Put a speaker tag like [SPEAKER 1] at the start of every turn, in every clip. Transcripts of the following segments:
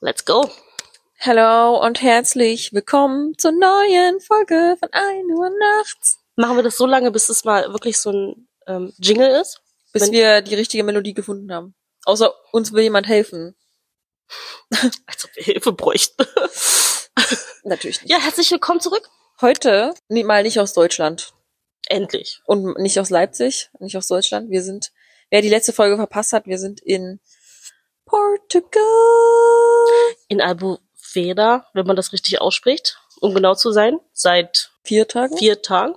[SPEAKER 1] Let's go.
[SPEAKER 2] Hallo und herzlich willkommen zur neuen Folge von 1 Uhr nachts.
[SPEAKER 1] Machen wir das so lange, bis es mal wirklich so ein ähm, Jingle ist?
[SPEAKER 2] Bis
[SPEAKER 1] Wenn-
[SPEAKER 2] wir die richtige Melodie gefunden haben. Außer uns will jemand helfen.
[SPEAKER 1] Als ob wir Hilfe bräuchten.
[SPEAKER 2] Natürlich nicht.
[SPEAKER 1] ja, herzlich willkommen zurück.
[SPEAKER 2] Heute nee, mal nicht aus Deutschland
[SPEAKER 1] Endlich.
[SPEAKER 2] und nicht aus Leipzig, nicht aus Deutschland. Wir sind, wer die letzte Folge verpasst hat, wir sind in Portugal.
[SPEAKER 1] In Albuveda, wenn man das richtig ausspricht, um genau zu sein, seit
[SPEAKER 2] Vier Tage?
[SPEAKER 1] vier Tagen.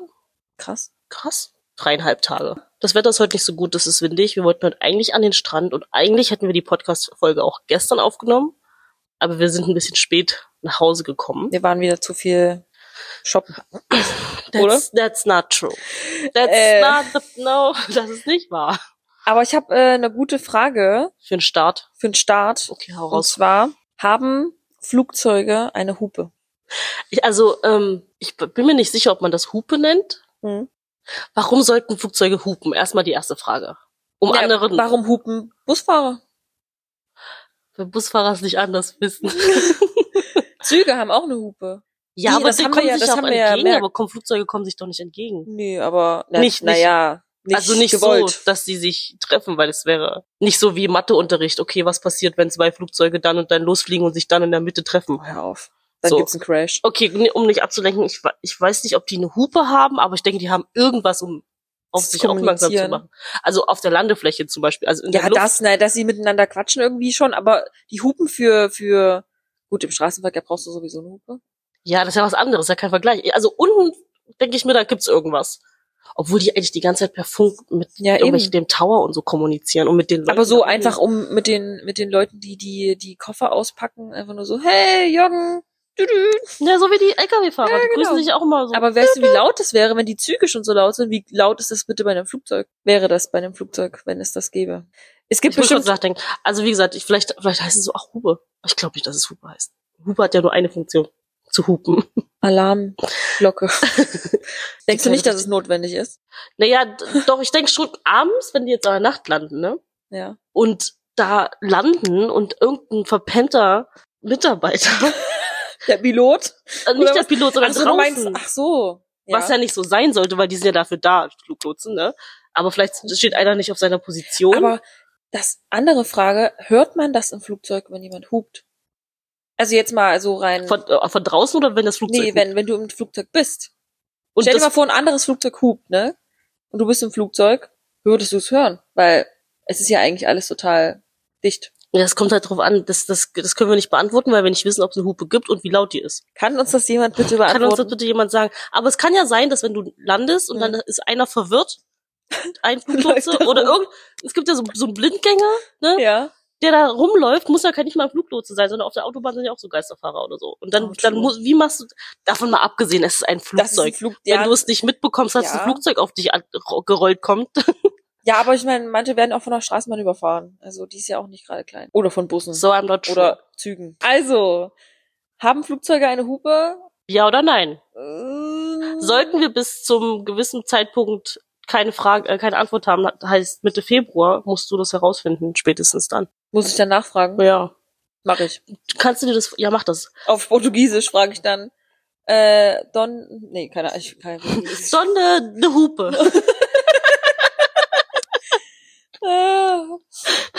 [SPEAKER 2] Krass.
[SPEAKER 1] Krass. Dreieinhalb Tage. Das Wetter ist heute nicht so gut, es ist windig. Wir wollten heute eigentlich an den Strand und eigentlich hätten wir die Podcast-Folge auch gestern aufgenommen. Aber wir sind ein bisschen spät nach Hause gekommen.
[SPEAKER 2] Wir waren wieder zu viel shoppen.
[SPEAKER 1] That's, that's not true. That's
[SPEAKER 2] Äh.
[SPEAKER 1] not the, no, das ist nicht wahr.
[SPEAKER 2] Aber ich habe äh, eine gute Frage
[SPEAKER 1] Für einen Start.
[SPEAKER 2] für den Start.
[SPEAKER 1] Okay, hau
[SPEAKER 2] Und
[SPEAKER 1] raus.
[SPEAKER 2] zwar haben Flugzeuge eine Hupe.
[SPEAKER 1] Ich, also, ähm, ich b- bin mir nicht sicher, ob man das Hupe nennt.
[SPEAKER 2] Hm.
[SPEAKER 1] Warum sollten Flugzeuge hupen? Erstmal die erste Frage. Um
[SPEAKER 2] Ja,
[SPEAKER 1] anderen,
[SPEAKER 2] Warum hupen Busfahrer?
[SPEAKER 1] weil Busfahrer es nicht anders wissen.
[SPEAKER 2] Züge haben auch eine Hupe.
[SPEAKER 1] ja,
[SPEAKER 2] Nee,
[SPEAKER 1] aber
[SPEAKER 2] das
[SPEAKER 1] sie
[SPEAKER 2] haben wir
[SPEAKER 1] kommen
[SPEAKER 2] ja-
[SPEAKER 1] sich
[SPEAKER 2] das
[SPEAKER 1] auch
[SPEAKER 2] haben wir ja
[SPEAKER 1] entgegen,
[SPEAKER 2] gemerkt.
[SPEAKER 1] aber komm, Flugzeuge kommen sich doch nicht entgegen.
[SPEAKER 2] Nee, aber na,
[SPEAKER 1] Nicht- nicht-
[SPEAKER 2] naja, nicht,
[SPEAKER 1] also nicht
[SPEAKER 2] gewollt.
[SPEAKER 1] so, dass sie sich treffen, weil es wäre nicht so wie im Matheunterricht. Okay, was passiert, wenn zwei Flugzeuge dann und dann losfliegen und sich dann in der Mitte treffen?
[SPEAKER 2] Hör auf. Dann
[SPEAKER 1] So.
[SPEAKER 2] gibt's einen Crash.
[SPEAKER 1] Okay, nee, um nicht abzulenken, ich, wa- ich weiß nicht, ob die eine Hupe haben, aber ich denke, die haben irgendwas, um auf
[SPEAKER 2] Zu
[SPEAKER 1] sich aufmerksam zu
[SPEAKER 2] kommunizieren.
[SPEAKER 1] machen. Also auf der Landefläche zum Beispiel. Also in
[SPEAKER 2] Ja,
[SPEAKER 1] der Luft.
[SPEAKER 2] das, na, dass sie miteinander quatschen irgendwie schon, aber die Hupen für, für, gut, im Straßenverkehr brauchst du sowieso eine Hupe.
[SPEAKER 1] Ja, das ist ja was anderes, ja kein Vergleich. Also unten denke ich mir, da gibt's irgendwas. Obwohl die eigentlich die ganze Zeit per Funk mit
[SPEAKER 2] Ja,
[SPEAKER 1] irgendwelchen dem Tower und so kommunizieren und mit den Leuten.
[SPEAKER 2] Aber so
[SPEAKER 1] da oben.
[SPEAKER 2] einfach um mit den, mit den Leuten, die, die, die Koffer auspacken, einfach nur so, hey, Jürgen, du, du.
[SPEAKER 1] Ja, so wie die LKW-Fahrer,
[SPEAKER 2] Ja,
[SPEAKER 1] die grüßen
[SPEAKER 2] genau.
[SPEAKER 1] sich auch immer so.
[SPEAKER 2] Aber weißt du, wie laut das wäre, wenn die Züge schon so laut sind? Wie laut ist das bitte bei einem Flugzeug? Wäre das bei einem Flugzeug, wenn es das gäbe? Es gibt
[SPEAKER 1] ich muss kurz
[SPEAKER 2] bestimmt,
[SPEAKER 1] nachdenken. Also wie gesagt, ich, vielleicht, vielleicht heißt es so auch Hube. Ich glaube nicht, dass es Hube heißt. Hube hat ja nur eine Funktion. Zu hupen.
[SPEAKER 2] Alarmglocke. Denkst du
[SPEAKER 1] kleine
[SPEAKER 2] nicht, dass es notwendig ist?
[SPEAKER 1] Naja, d- doch, ich denke schon abends, wenn die jetzt in der Nacht landen, ne?
[SPEAKER 2] Ja.
[SPEAKER 1] Und da landen und irgendein verpennter Mitarbeiter,
[SPEAKER 2] Der Pilot?
[SPEAKER 1] äh, nicht
[SPEAKER 2] Oder
[SPEAKER 1] der
[SPEAKER 2] was?
[SPEAKER 1] Pilot, sondern
[SPEAKER 2] Ach so,
[SPEAKER 1] draußen.
[SPEAKER 2] du meinst, ach so.
[SPEAKER 1] was halt ja nicht so sein sollte, weil die sind ja dafür da, Fluglotsen, ne? Aber vielleicht steht einer nicht auf seiner Position.
[SPEAKER 2] Aber das andere Frage, hört man das im Flugzeug, wenn jemand hupt? Also jetzt mal so rein.
[SPEAKER 1] von, äh, von draußen oder wenn das Flugzeug
[SPEAKER 2] nee, wenn, wenn du im Flugzeug bist.
[SPEAKER 1] und
[SPEAKER 2] Stell dir mal
[SPEAKER 1] das,
[SPEAKER 2] vor, ein anderes Flugzeug hupt, ne? Und du bist im Flugzeug, würdest du es hören? Weil es ist ja eigentlich alles total dicht.
[SPEAKER 1] Ja, das kommt halt drauf an, das, das, das können wir nicht beantworten, weil wir nicht wissen, ob es eine Hupe gibt und wie laut die ist.
[SPEAKER 2] Kann uns das jemand bitte
[SPEAKER 1] Kann uns das
[SPEAKER 2] beantworten?
[SPEAKER 1] bitte jemand sagen? Aber es kann ja sein, dass wenn du landest und
[SPEAKER 2] Mhm.
[SPEAKER 1] dann ist einer verwirrt, ein
[SPEAKER 2] Läuft
[SPEAKER 1] Fluglotse
[SPEAKER 2] da
[SPEAKER 1] oder
[SPEAKER 2] rum.
[SPEAKER 1] irgend, es gibt ja so, so einen Blindgänger, ne?
[SPEAKER 2] ja.
[SPEAKER 1] der da rumläuft, muss ja kein- nicht mal ein Fluglotse sein, sondern auf der Autobahn sind ja auch so Geisterfahrer oder so. Und dann,
[SPEAKER 2] Oh,
[SPEAKER 1] dann
[SPEAKER 2] true.
[SPEAKER 1] muss, wie machst du, davon mal abgesehen, es ist ein
[SPEAKER 2] Das ist ein
[SPEAKER 1] Flugzeug.
[SPEAKER 2] Flug,
[SPEAKER 1] wenn
[SPEAKER 2] ja,
[SPEAKER 1] du es nicht mitbekommst, dass
[SPEAKER 2] Ja.
[SPEAKER 1] ein Flugzeug auf dich an- ro- gerollt kommt.
[SPEAKER 2] ja, aber ich meine, manche werden auch von der Straßenbahn überfahren. Also die ist ja auch nicht gerade klein. Oder von Bussen.
[SPEAKER 1] So I'm not sure.
[SPEAKER 2] oder Zügen. Also, haben Flugzeuge eine Hupe?
[SPEAKER 1] ja oder nein?
[SPEAKER 2] Ähm,
[SPEAKER 1] Sollten wir bis zum gewissen Zeitpunkt keine Frage, äh, keine Antwort haben, hat- heißt Mitte Februar musst du das herausfinden, spätestens dann.
[SPEAKER 2] Muss ich dann nachfragen?
[SPEAKER 1] Ja.
[SPEAKER 2] Mach ich.
[SPEAKER 1] Kannst du dir das, ja mach das.
[SPEAKER 2] Auf Portugiesisch frage ich dann. Äh, Don. Nee, keine Ahnung. Ich kann kein
[SPEAKER 1] Sonne, eine Hupe.
[SPEAKER 2] Äh,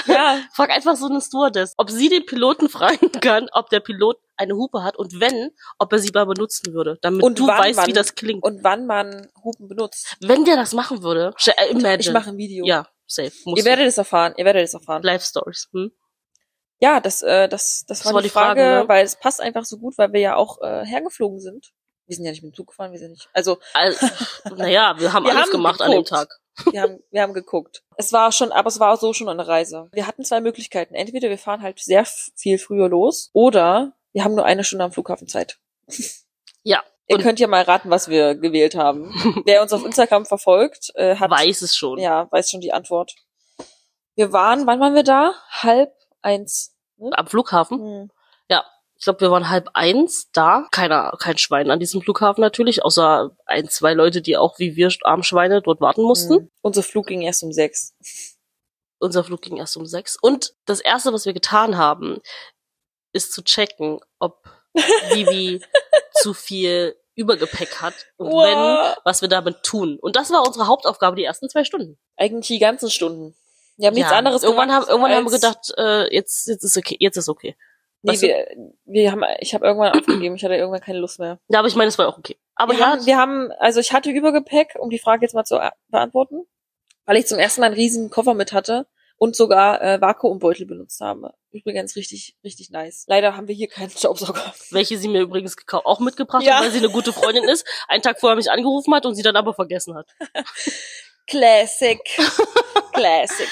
[SPEAKER 2] ja,
[SPEAKER 1] Frag einfach so eine Stewardess, ob sie den Piloten fragen kann, ob der Pilot eine Hupe hat und wenn, ob er sie mal benutzen würde, damit
[SPEAKER 2] Und
[SPEAKER 1] du
[SPEAKER 2] wann
[SPEAKER 1] weißt, wie
[SPEAKER 2] man-
[SPEAKER 1] das klingt.
[SPEAKER 2] und wann man Hupen benutzt.
[SPEAKER 1] wenn der das machen würde, sch- äh, imagine.
[SPEAKER 2] Ich mache ein Video.
[SPEAKER 1] Ja, safe. Musst
[SPEAKER 2] Ihr
[SPEAKER 1] du.
[SPEAKER 2] werdet es erfahren, ihr werdet es erfahren.
[SPEAKER 1] Life Stories. Hm?
[SPEAKER 2] Ja, das, äh, das, das, war, die Frage,
[SPEAKER 1] ne?
[SPEAKER 2] weil es passt einfach so gut, weil wir ja auch äh, hergeflogen sind. Wir sind ja nicht mit dem Zug gefahren, wir sind nicht. Also
[SPEAKER 1] Also, naja, wir haben
[SPEAKER 2] Wir
[SPEAKER 1] alles
[SPEAKER 2] haben
[SPEAKER 1] gemacht an dem
[SPEAKER 2] geguckt.
[SPEAKER 1] Tag.
[SPEAKER 2] wir haben, wir haben geguckt. Es war schon, aber es war so schon eine Reise. Wir hatten zwei Möglichkeiten. Entweder wir fahren halt sehr f- viel früher los oder wir haben nur eine Stunde am Flughafen Zeit.
[SPEAKER 1] Ja.
[SPEAKER 2] Ihr
[SPEAKER 1] Und-
[SPEAKER 2] könnt ja mal raten, was wir gewählt haben. Wer uns auf Instagram verfolgt, äh, hat,
[SPEAKER 1] Weiß es schon.
[SPEAKER 2] ja, weiß schon die Antwort. Wir waren, wann waren wir da? Halb eins.
[SPEAKER 1] Am Flughafen.
[SPEAKER 2] Hm.
[SPEAKER 1] Ich glaube, wir waren halb eins da. Keiner, kein Schwein an diesem Flughafen natürlich, außer ein, zwei Leute, die auch wie wir armen Schweine dort warten mussten.
[SPEAKER 2] Hm. Unser Flug ging erst um sechs.
[SPEAKER 1] Unser Flug ging erst um sechs. Und das erste, was wir getan haben, ist zu checken, ob Vivi zu viel Übergepäck hat und
[SPEAKER 2] Wow.
[SPEAKER 1] wenn, was wir damit tun. Und das war unsere Hauptaufgabe die ersten zwei Stunden.
[SPEAKER 2] Eigentlich die ganzen Stunden. Wir haben nichts anderes
[SPEAKER 1] irgendwann
[SPEAKER 2] gemacht.
[SPEAKER 1] haben, irgendwann haben wir
[SPEAKER 2] als-
[SPEAKER 1] gedacht, äh, jetzt, jetzt ist okay, jetzt ist okay.
[SPEAKER 2] Nee,
[SPEAKER 1] weißt du-
[SPEAKER 2] wir, wir haben, ich habe irgendwann aufgegeben, ich hatte irgendwann keine Lust mehr.
[SPEAKER 1] Ja, aber ich meine, es war auch okay. Aber
[SPEAKER 2] wir,
[SPEAKER 1] ja,
[SPEAKER 2] haben, wir haben, also ich hatte Übergepäck, um die Frage jetzt mal zu a- beantworten, weil ich zum ersten Mal einen riesigen Koffer mit hatte und sogar äh, Vakuumbeutel benutzt habe. Übrigens richtig, richtig nice. Leider haben wir hier keinen Staubsauger.
[SPEAKER 1] welche sie mir übrigens gekau- auch mitgebracht
[SPEAKER 2] Ja.
[SPEAKER 1] hat, weil sie eine gute Freundin ist, einen Tag vorher mich angerufen hat und sie dann aber vergessen hat.
[SPEAKER 2] Classic. Classic.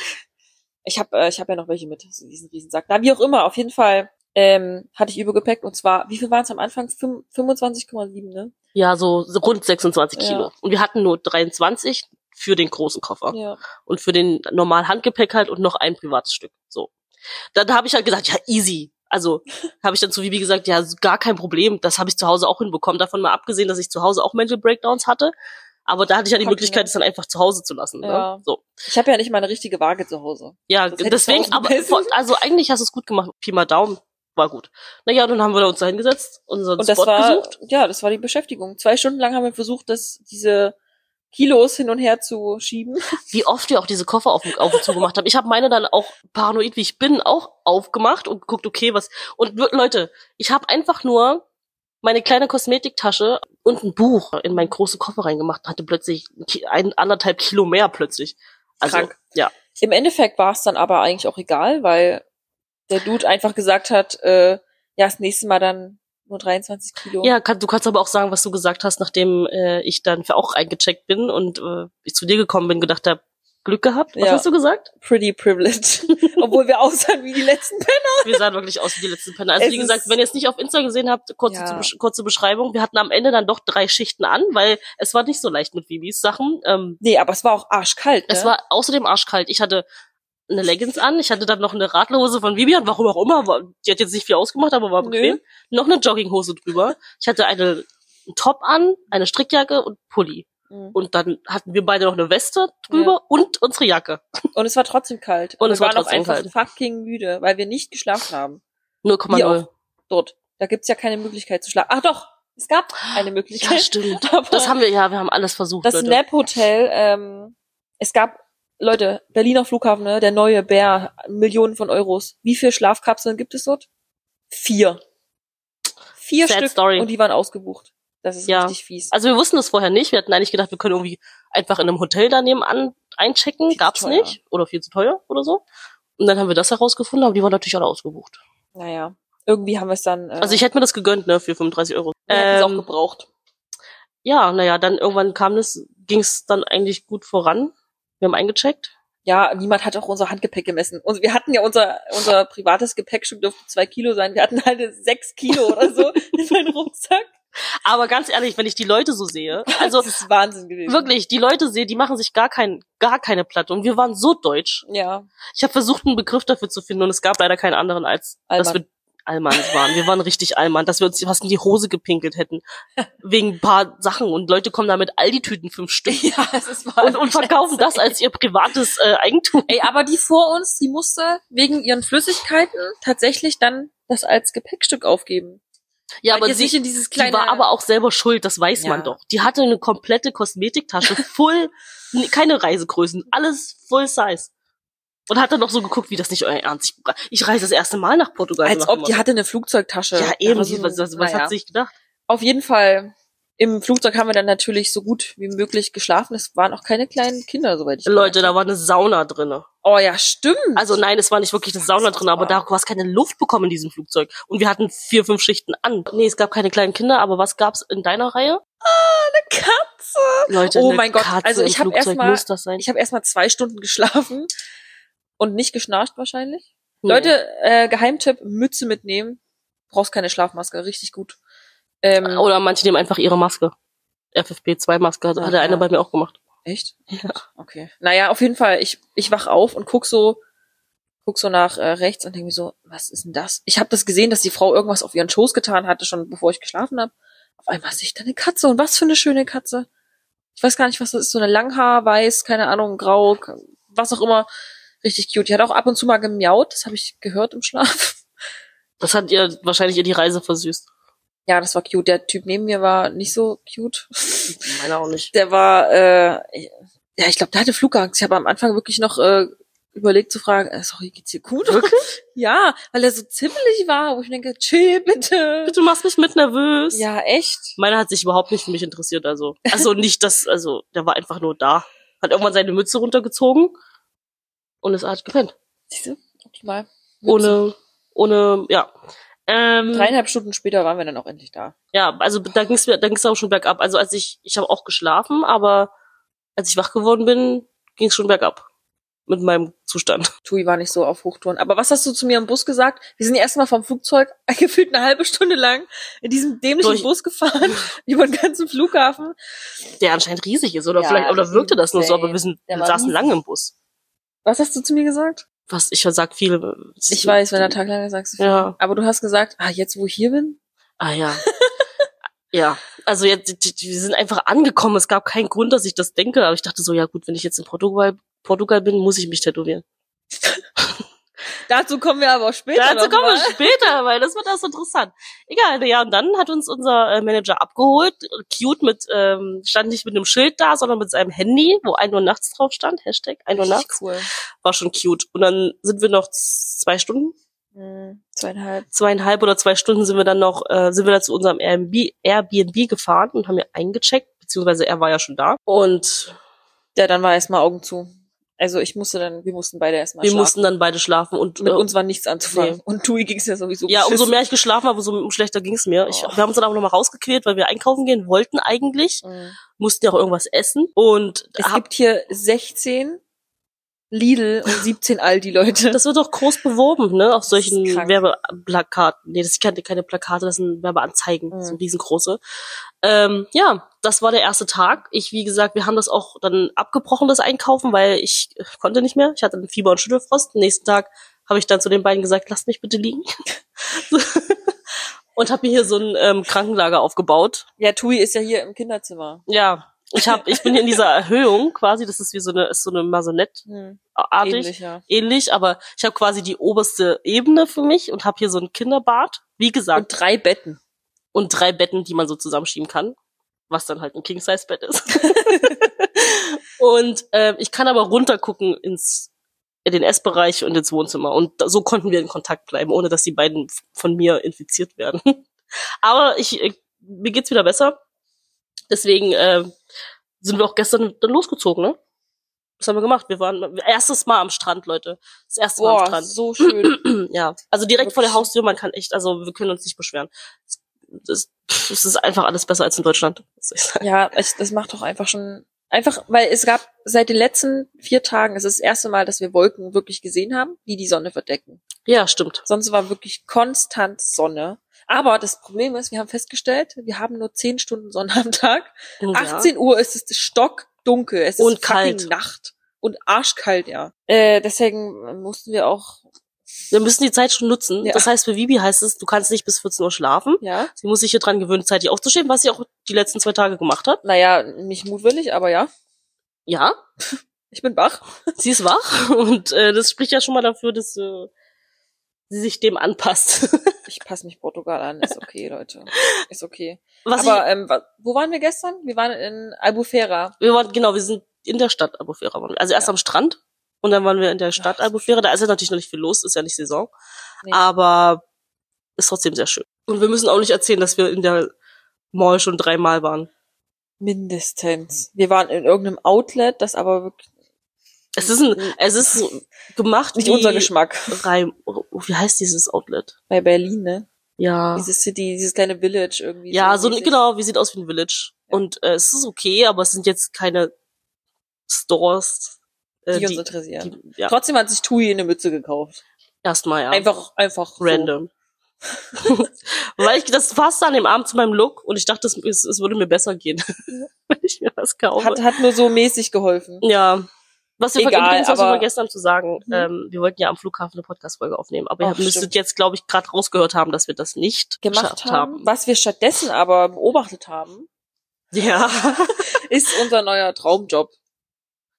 [SPEAKER 2] Ich habe äh, ich hab ja noch welche mit, so diesen Riesensack. Na, wie auch immer, auf jeden Fall ähm, hatte ich Übergepäck und zwar, wie viel waren es am Anfang? Fünf- 25,7, ne?
[SPEAKER 1] Ja, so, so rund 26
[SPEAKER 2] Ja.
[SPEAKER 1] Kilo. Und wir hatten nur 23 für den großen Koffer.
[SPEAKER 2] Ja.
[SPEAKER 1] und für den normalen Handgepäck halt und noch ein privates Stück. So. Dann habe ich halt gesagt, ja, easy. Also habe ich dann zu Vivi gesagt, ja, gar kein Problem. Das habe ich zu Hause auch hinbekommen. Davon mal abgesehen, dass ich zu Hause auch Mental Breakdowns hatte. Aber da hatte ich ja die
[SPEAKER 2] Fuck,
[SPEAKER 1] Möglichkeit,
[SPEAKER 2] ne?
[SPEAKER 1] es dann einfach zu Hause zu lassen.
[SPEAKER 2] Ja.
[SPEAKER 1] Ne? So.
[SPEAKER 2] Ich habe ja nicht mal eine richtige Waage zu Hause.
[SPEAKER 1] Ja,
[SPEAKER 2] Das hätte ich zu
[SPEAKER 1] deswegen,
[SPEAKER 2] Hause
[SPEAKER 1] aber
[SPEAKER 2] gemessen.
[SPEAKER 1] vor- also eigentlich hast du es gut gemacht. Pi mal Daumen war gut. Naja, dann haben wir uns da hingesetzt, unseren
[SPEAKER 2] Und das
[SPEAKER 1] Spot
[SPEAKER 2] war,
[SPEAKER 1] gesucht.
[SPEAKER 2] ja, das war die Beschäftigung. Zwei Stunden lang haben wir versucht, das, diese Kilos hin und her zu schieben.
[SPEAKER 1] wie oft wir auch diese Koffer auf, auf und zugemacht haben. Ich habe meine dann auch paranoid, wie ich bin, auch aufgemacht und geguckt, okay, was. Und wir- Leute, ich habe einfach nur meine kleine Kosmetiktasche und ein Buch in meinen großen Koffer reingemacht und hatte plötzlich ki- ein, anderthalb Kilo mehr plötzlich. Also,
[SPEAKER 2] Krank.
[SPEAKER 1] ja.
[SPEAKER 2] Im Endeffekt war es dann aber eigentlich auch egal, weil der Dude einfach gesagt hat, äh, ja, das nächste Mal dann nur 23 Kilo.
[SPEAKER 1] Ja, kann, du kannst aber auch sagen, was du gesagt hast, nachdem äh, ich dann für auch eingecheckt bin und äh, ich zu dir gekommen bin, gedacht habe, Glück gehabt. Was
[SPEAKER 2] Ja.
[SPEAKER 1] hast du gesagt?
[SPEAKER 2] Pretty privileged. Obwohl wir aussahen wie die letzten.
[SPEAKER 1] Wir sahen wirklich aus wie die letzten Penner. Also
[SPEAKER 2] Es
[SPEAKER 1] wie gesagt,
[SPEAKER 2] ist-
[SPEAKER 1] wenn ihr es nicht auf Insta gesehen habt, kurze,
[SPEAKER 2] Ja.
[SPEAKER 1] zu besch- kurze Beschreibung. Wir hatten am Ende dann doch drei Schichten an, weil es war nicht so leicht mit Bibis Sachen. Ähm,
[SPEAKER 2] Nee, aber es war auch arschkalt. Ne?
[SPEAKER 1] Es war außerdem arschkalt. Ich hatte eine Leggings an, ich hatte dann noch eine Radlerhose von Vivian, warum auch immer, war- die hat jetzt nicht viel ausgemacht, aber war
[SPEAKER 2] Nö.
[SPEAKER 1] bequem. Noch eine Jogginghose drüber. Ich hatte eine einen Top an, eine Strickjacke und Pulli.
[SPEAKER 2] Mhm.
[SPEAKER 1] Und dann hatten wir beide noch eine Weste drüber und unsere Jacke.
[SPEAKER 2] und es war trotzdem kalt.
[SPEAKER 1] Und es
[SPEAKER 2] wir
[SPEAKER 1] war
[SPEAKER 2] waren auch
[SPEAKER 1] trotzdem
[SPEAKER 2] einfach
[SPEAKER 1] kalt.
[SPEAKER 2] fucking müde, weil wir nicht geschlafen haben.
[SPEAKER 1] 0,0.
[SPEAKER 2] Dort. Da gibt's ja keine Möglichkeit zu schlafen. Ach doch, es gab eine Möglichkeit.
[SPEAKER 1] Ja, stimmt.
[SPEAKER 2] Aber-
[SPEAKER 1] Das haben wir, ja, wir haben alles versucht,
[SPEAKER 2] Das
[SPEAKER 1] Leute.
[SPEAKER 2] Nap Hotel, ähm, es gab, Leute, Berliner Flughafen, ne, der neue Bär, Millionen von Euros. Wie viele Schlafkapseln gibt es dort? Vier. Vier
[SPEAKER 1] Sad
[SPEAKER 2] Stück
[SPEAKER 1] story.
[SPEAKER 2] und die waren ausgebucht. Das ist
[SPEAKER 1] Ja.
[SPEAKER 2] richtig fies.
[SPEAKER 1] Also wir wussten das vorher nicht. Wir hatten eigentlich gedacht, wir können irgendwie einfach in einem Hotel daneben an, einchecken.
[SPEAKER 2] Viel zu
[SPEAKER 1] Gab's
[SPEAKER 2] teuer.
[SPEAKER 1] nicht. Oder viel zu teuer oder so. Und dann haben wir das herausgefunden, aber die waren natürlich alle ausgebucht.
[SPEAKER 2] naja, irgendwie haben wir es dann. Äh,
[SPEAKER 1] Also ich hätte mir das gegönnt, ne, für 35 Euro.
[SPEAKER 2] wir hätten es auch
[SPEAKER 1] Ähm,
[SPEAKER 2] gebraucht.
[SPEAKER 1] ja, naja, dann irgendwann kam das, ging's dann eigentlich gut voran. Wir haben eingecheckt.
[SPEAKER 2] Ja, niemand hat auch unser Handgepäck gemessen. Und wir hatten ja unser, unser privates Gepäckstück dürfte zwei Kilo sein. Wir hatten halt sechs Kilo oder so in meinem Rucksack.
[SPEAKER 1] Aber ganz ehrlich, wenn ich die Leute so sehe, also
[SPEAKER 2] das ist Wahnsinn gewesen.
[SPEAKER 1] wirklich, die Leute sehe, die machen sich gar kein, gar keine Platte. Und wir waren so deutsch.
[SPEAKER 2] Ja.
[SPEAKER 1] Ich habe versucht, einen Begriff dafür zu finden und es gab leider keinen anderen als, dass
[SPEAKER 2] Allmann.
[SPEAKER 1] wir Allmanns waren. Wir waren richtig Allmann, dass wir uns fast in die Hose gepinkelt hätten. Wegen ein paar Sachen und Leute kommen da mit Aldi-Tüten fünf Stück
[SPEAKER 2] Ja, es ist
[SPEAKER 1] und, und verkaufen das als ihr privates äh, Eigentum.
[SPEAKER 2] Ey, aber die vor uns, die musste wegen ihren Flüssigkeiten tatsächlich dann das als Gepäckstück aufgeben.
[SPEAKER 1] Ja,
[SPEAKER 2] Weil
[SPEAKER 1] aber
[SPEAKER 2] die
[SPEAKER 1] sie,
[SPEAKER 2] sich in dieses
[SPEAKER 1] die
[SPEAKER 2] kleine.
[SPEAKER 1] war aber auch selber schuld, das weiß man
[SPEAKER 2] Ja.
[SPEAKER 1] doch. Die hatte eine komplette Kosmetiktasche, voll, n- keine Reisegrößen, alles full size. Und hat dann noch so geguckt, wie das nicht euer Ernst. Ich, ich reise das erste Mal nach Portugal.
[SPEAKER 2] als
[SPEAKER 1] nach
[SPEAKER 2] ob die hatte eine Flugzeugtasche.
[SPEAKER 1] ja, eben.
[SPEAKER 2] Also,
[SPEAKER 1] sie- was was, was
[SPEAKER 2] naja.
[SPEAKER 1] hat sie sich gedacht?
[SPEAKER 2] Auf jeden Fall. Im Flugzeug haben wir dann natürlich so gut wie möglich geschlafen. Es waren auch keine kleinen Kinder, soweit ich
[SPEAKER 1] Leute,
[SPEAKER 2] weiß.
[SPEAKER 1] da war eine Sauna drinne.
[SPEAKER 2] Oh ja, stimmt.
[SPEAKER 1] Also nein, es war nicht wirklich eine Sauna drin, aber da du hast keine Luft bekommen in diesem Flugzeug. Und wir hatten vier, fünf Schichten an. Nee, es gab keine kleinen Kinder, aber was gab's in deiner Reihe?
[SPEAKER 2] Ah, Katze.
[SPEAKER 1] Leute,
[SPEAKER 2] Oh
[SPEAKER 1] eine
[SPEAKER 2] mein Gott,
[SPEAKER 1] Katze
[SPEAKER 2] also
[SPEAKER 1] im
[SPEAKER 2] ich hab
[SPEAKER 1] Flugzeug
[SPEAKER 2] erst mal-
[SPEAKER 1] muss das sein.
[SPEAKER 2] Ich habe erstmal zwei Stunden geschlafen und nicht geschnarcht wahrscheinlich.
[SPEAKER 1] Nee.
[SPEAKER 2] Leute, äh, Geheimtipp, Mütze mitnehmen. Brauchst keine Schlafmaske, richtig gut. Ähm,
[SPEAKER 1] Oder manche nehmen einfach ihre Maske. FFP2-Maske hat, hat der
[SPEAKER 2] Ja.
[SPEAKER 1] eine bei mir auch gemacht.
[SPEAKER 2] Echt? Ja. Okay. Naja, auf jeden Fall, ich, ich wach auf und guck so, guck so nach äh, rechts und denke mir so, was ist denn das? Ich habe das gesehen, dass die Frau irgendwas auf ihren Schoß getan hatte, schon bevor ich geschlafen habe. Auf einmal sehe ich da eine Katze und was für eine schöne Katze. Ich weiß gar nicht, was das ist, so eine Langhaar, weiß, keine Ahnung, grau, k- was auch immer. Richtig cute. Die hat auch ab und zu mal gemiaut, das habe ich gehört im Schlaf.
[SPEAKER 1] Das hat ihr wahrscheinlich ihr die Reise versüßt.
[SPEAKER 2] Ja, das war cute. Der Typ neben mir war nicht so cute.
[SPEAKER 1] Meiner auch nicht.
[SPEAKER 2] Der war, äh, ja, ich glaube, der hatte Flugangst. Ich habe am Anfang wirklich noch äh, überlegt zu fragen, äh, sorry, geht's dir gut?
[SPEAKER 1] Wirklich?
[SPEAKER 2] Ja, weil er so zippelig war, wo ich denke, chill bitte.
[SPEAKER 1] Du machst mich mit nervös.
[SPEAKER 2] Ja, echt?
[SPEAKER 1] Meiner hat sich überhaupt nicht für mich interessiert, also. Also nicht das, also, der war einfach nur da. Hat irgendwann seine Mütze runtergezogen und ist hart gepennt.
[SPEAKER 2] Siehste? Optimal.
[SPEAKER 1] Ohne, ohne, ja. Ähm,
[SPEAKER 2] Dreieinhalb Stunden später waren wir dann auch endlich da.
[SPEAKER 1] ja, also da ging's mir, da ging's auch schon bergab. Also als ich, ich habe auch geschlafen, aber als ich wach geworden bin, ging's schon bergab mit meinem Zustand.
[SPEAKER 2] Tui war nicht so auf Hochtouren. Aber was hast du zu mir im Bus gesagt? Wir sind ja erstmal vom Flugzeug gefühlt eine halbe Stunde lang in diesem dämlichen
[SPEAKER 1] Durch-
[SPEAKER 2] Bus gefahren, über den ganzen Flughafen.
[SPEAKER 1] Der anscheinend riesig ist oder
[SPEAKER 2] Ja,
[SPEAKER 1] vielleicht oder
[SPEAKER 2] das
[SPEAKER 1] wirkte das nur so,
[SPEAKER 2] insane.
[SPEAKER 1] aber wir, sind,
[SPEAKER 2] Der
[SPEAKER 1] wir
[SPEAKER 2] war
[SPEAKER 1] saßen
[SPEAKER 2] riesig.
[SPEAKER 1] lange im Bus.
[SPEAKER 2] Was hast du zu mir gesagt?
[SPEAKER 1] Was ich versag viel.
[SPEAKER 2] Ich weiß, wenn der Tag lang sagst du viel.
[SPEAKER 1] Ja.
[SPEAKER 2] Aber du hast gesagt, ah, jetzt wo ich hier bin?
[SPEAKER 1] Ah ja. ja, also jetzt die- die- wir sind einfach angekommen. Es gab keinen Grund, dass ich das denke, aber ich dachte so, ja gut, wenn ich jetzt in Portugal Portugal bin, muss ich mich tätowieren.
[SPEAKER 2] Dazu kommen wir aber auch später.
[SPEAKER 1] Dazu
[SPEAKER 2] noch
[SPEAKER 1] kommen wir
[SPEAKER 2] mal.
[SPEAKER 1] also später, weil das wird erst interessant. Egal, ja, und dann hat uns unser äh, Manager abgeholt, cute mit, ähm, stand nicht mit einem Schild da, sondern mit seinem Handy, wo 1 Uhr nachts drauf stand, Hashtag 1 Uhr
[SPEAKER 2] Richtig
[SPEAKER 1] nachts,
[SPEAKER 2] cool.
[SPEAKER 1] war schon cute. Und dann sind wir noch z- zwei Stunden,
[SPEAKER 2] Hm, zweieinhalb.
[SPEAKER 1] zweieinhalb oder zwei Stunden sind wir dann noch, äh, sind wir dann zu unserem Airbnb, Airbnb gefahren und haben hier eingecheckt, beziehungsweise er war ja schon da. Und
[SPEAKER 2] Ja, dann war erstmal Augen zu. Also ich musste dann, wir mussten beide erstmal
[SPEAKER 1] wir
[SPEAKER 2] schlafen.
[SPEAKER 1] mussten dann beide schlafen und
[SPEAKER 2] Mit
[SPEAKER 1] äh,
[SPEAKER 2] uns war nichts anzufangen.
[SPEAKER 1] Nee.
[SPEAKER 2] Und Tui ging's ja sowieso
[SPEAKER 1] Ja, umso
[SPEAKER 2] beschissen.
[SPEAKER 1] mehr ich geschlafen habe, umso umso schlechter ging's mir. Ich,
[SPEAKER 2] Oh.
[SPEAKER 1] wir haben uns dann auch nochmal rausgequält, weil wir einkaufen gehen wollten eigentlich.
[SPEAKER 2] Mhm.
[SPEAKER 1] mussten ja auch irgendwas essen und
[SPEAKER 2] Es
[SPEAKER 1] hab,
[SPEAKER 2] gibt hier 16 Lidl und 17 Aldi, Leute.
[SPEAKER 1] das wird auch groß beworben, ne, auf
[SPEAKER 2] ist
[SPEAKER 1] solchen
[SPEAKER 2] krank.
[SPEAKER 1] Werbeplakaten. Nee, das sind keine, keine Plakate, das sind Werbeanzeigen,
[SPEAKER 2] Mhm.
[SPEAKER 1] so riesengroße. Ähm, ja, das war der erste Tag. Ich, wie gesagt, wir haben das auch dann abgebrochen, das Einkaufen, weil ich äh, konnte nicht mehr. Ich hatte einen Fieber und Schüttelfrost. Am nächsten Tag habe ich dann zu den beiden gesagt, lasst mich bitte liegen. So. und habe mir hier so ein ähm, Krankenlager aufgebaut.
[SPEAKER 2] ja, Tui ist ja hier im Kinderzimmer.
[SPEAKER 1] Ja, ich hab, ich bin hier in dieser Erhöhung quasi, das ist wie so eine, ist so eine Masonette
[SPEAKER 2] Hm.
[SPEAKER 1] artig
[SPEAKER 2] Ähnlich, ja.
[SPEAKER 1] ähnlich, aber ich habe quasi die oberste Ebene für mich und habe hier so ein Kinderbad, wie
[SPEAKER 2] Und
[SPEAKER 1] gesagt,
[SPEAKER 2] drei Betten.
[SPEAKER 1] und, drei Betten, die man so zusammenschieben kann, was dann halt ein King-Size-Bett ist. und ähm, ich kann aber runtergucken ins in den Essbereich und ins Wohnzimmer und da, so konnten wir in Kontakt bleiben, ohne dass die beiden f- von mir infiziert werden. aber ich äh, mir geht's wieder besser, deswegen äh, sind wir auch gestern dann losgezogen, ne? Was haben wir gemacht? Wir waren erstes Mal am Strand, Leute. Das erste Mal am
[SPEAKER 2] Boah,
[SPEAKER 1] Strand.
[SPEAKER 2] so schön.
[SPEAKER 1] Ja, also direkt vor der
[SPEAKER 2] Wirklich.
[SPEAKER 1] Haustür, man kann echt, also wir können uns nicht beschweren. Es, es es ist einfach alles besser als in Deutschland. muss ich sagen.
[SPEAKER 2] ja, ich, das macht doch einfach schon. Einfach, weil es gab seit den letzten vier Tagen, es ist das erste Mal, dass wir Wolken wirklich gesehen haben, die die Sonne verdecken.
[SPEAKER 1] Ja, stimmt.
[SPEAKER 2] Sonst war wirklich konstant Sonne. Aber das Problem ist, wir haben festgestellt, wir haben nur zehn Stunden Sonne am Tag.
[SPEAKER 1] Ja.
[SPEAKER 2] 18 Uhr ist es stockdunkel. Es
[SPEAKER 1] Und
[SPEAKER 2] ist fucking
[SPEAKER 1] kalt.
[SPEAKER 2] Nacht. Und arschkalt, ja. Äh, deswegen mussten wir auch,
[SPEAKER 1] Wir müssen die Zeit schon nutzen.
[SPEAKER 2] Ja.
[SPEAKER 1] Das heißt, für Vivi heißt es, du kannst nicht bis 14 Uhr schlafen.
[SPEAKER 2] ja.
[SPEAKER 1] Sie muss sich hier dran gewöhnen, zeitig aufzustehen, was sie auch die letzten zwei Tage gemacht hat.
[SPEAKER 2] Naja, nicht mutwillig, aber ja.
[SPEAKER 1] Ja,
[SPEAKER 2] Ich bin wach.
[SPEAKER 1] sie ist wach und äh, das spricht ja schon mal dafür, dass äh, sie sich dem anpasst.
[SPEAKER 2] Ich passe mich Portugal an. Ist okay, Leute. Ist okay.
[SPEAKER 1] Was
[SPEAKER 2] aber
[SPEAKER 1] ich,
[SPEAKER 2] ähm, wa- wo waren wir gestern? Wir waren in Albufera.
[SPEAKER 1] wir waren, genau, wir sind in der Stadt Albufera. waren wir. Also erst
[SPEAKER 2] Ja.
[SPEAKER 1] am Strand und dann waren wir in der Stadt
[SPEAKER 2] Ach.
[SPEAKER 1] Albufera. Da ist ja natürlich noch nicht viel los, ist ja nicht Saison.
[SPEAKER 2] Nee.
[SPEAKER 1] aber ist trotzdem sehr schön. Und wir müssen auch nicht erzählen, dass wir in der Mall schon dreimal waren.
[SPEAKER 2] Mindestens. Wir waren in irgendeinem Outlet, das aber wirklich
[SPEAKER 1] Es ist ein, es ist so gemacht
[SPEAKER 2] Mhm. nicht
[SPEAKER 1] wie
[SPEAKER 2] unser Geschmack.
[SPEAKER 1] Reim, oh, wie heißt dieses Outlet?
[SPEAKER 2] Bei Berlin, ne?
[SPEAKER 1] Ja.
[SPEAKER 2] Dieses City, dieses kleine Village irgendwie.
[SPEAKER 1] Ja, so ein-
[SPEAKER 2] mäßig.
[SPEAKER 1] genau, wie sieht aus wie ein Village. Und äh, es ist okay, aber es sind jetzt keine Stores, äh,
[SPEAKER 2] Die,
[SPEAKER 1] die,
[SPEAKER 2] uns interessieren.
[SPEAKER 1] die- ja,
[SPEAKER 2] Trotzdem hat sich Tui eine Mütze gekauft.
[SPEAKER 1] erstmal ja.
[SPEAKER 2] Einfach, einfach so.
[SPEAKER 1] random. Weil ich das passte an dem Abend zu meinem Look und ich dachte, es, es, es würde mir besser gehen, wenn ich mir was kaufe.
[SPEAKER 2] Hat, hat nur so mäßig geholfen.
[SPEAKER 1] Ja. Was wir
[SPEAKER 2] Egal,
[SPEAKER 1] übrigens, was wir
[SPEAKER 2] aber-
[SPEAKER 1] vergessen haben zu sagen,
[SPEAKER 2] Mhm.
[SPEAKER 1] ähm, wir wollten ja am Flughafen eine Podcast-Folge aufnehmen, aber ihr
[SPEAKER 2] Ach,
[SPEAKER 1] habt- müsstet
[SPEAKER 2] stimmt.
[SPEAKER 1] jetzt, glaube ich, gerade rausgehört haben, dass wir das nicht
[SPEAKER 2] Gemacht
[SPEAKER 1] geschafft
[SPEAKER 2] haben.
[SPEAKER 1] haben.
[SPEAKER 2] Was wir stattdessen aber beobachtet haben,
[SPEAKER 1] Ja.
[SPEAKER 2] ist unser neuer Traumjob.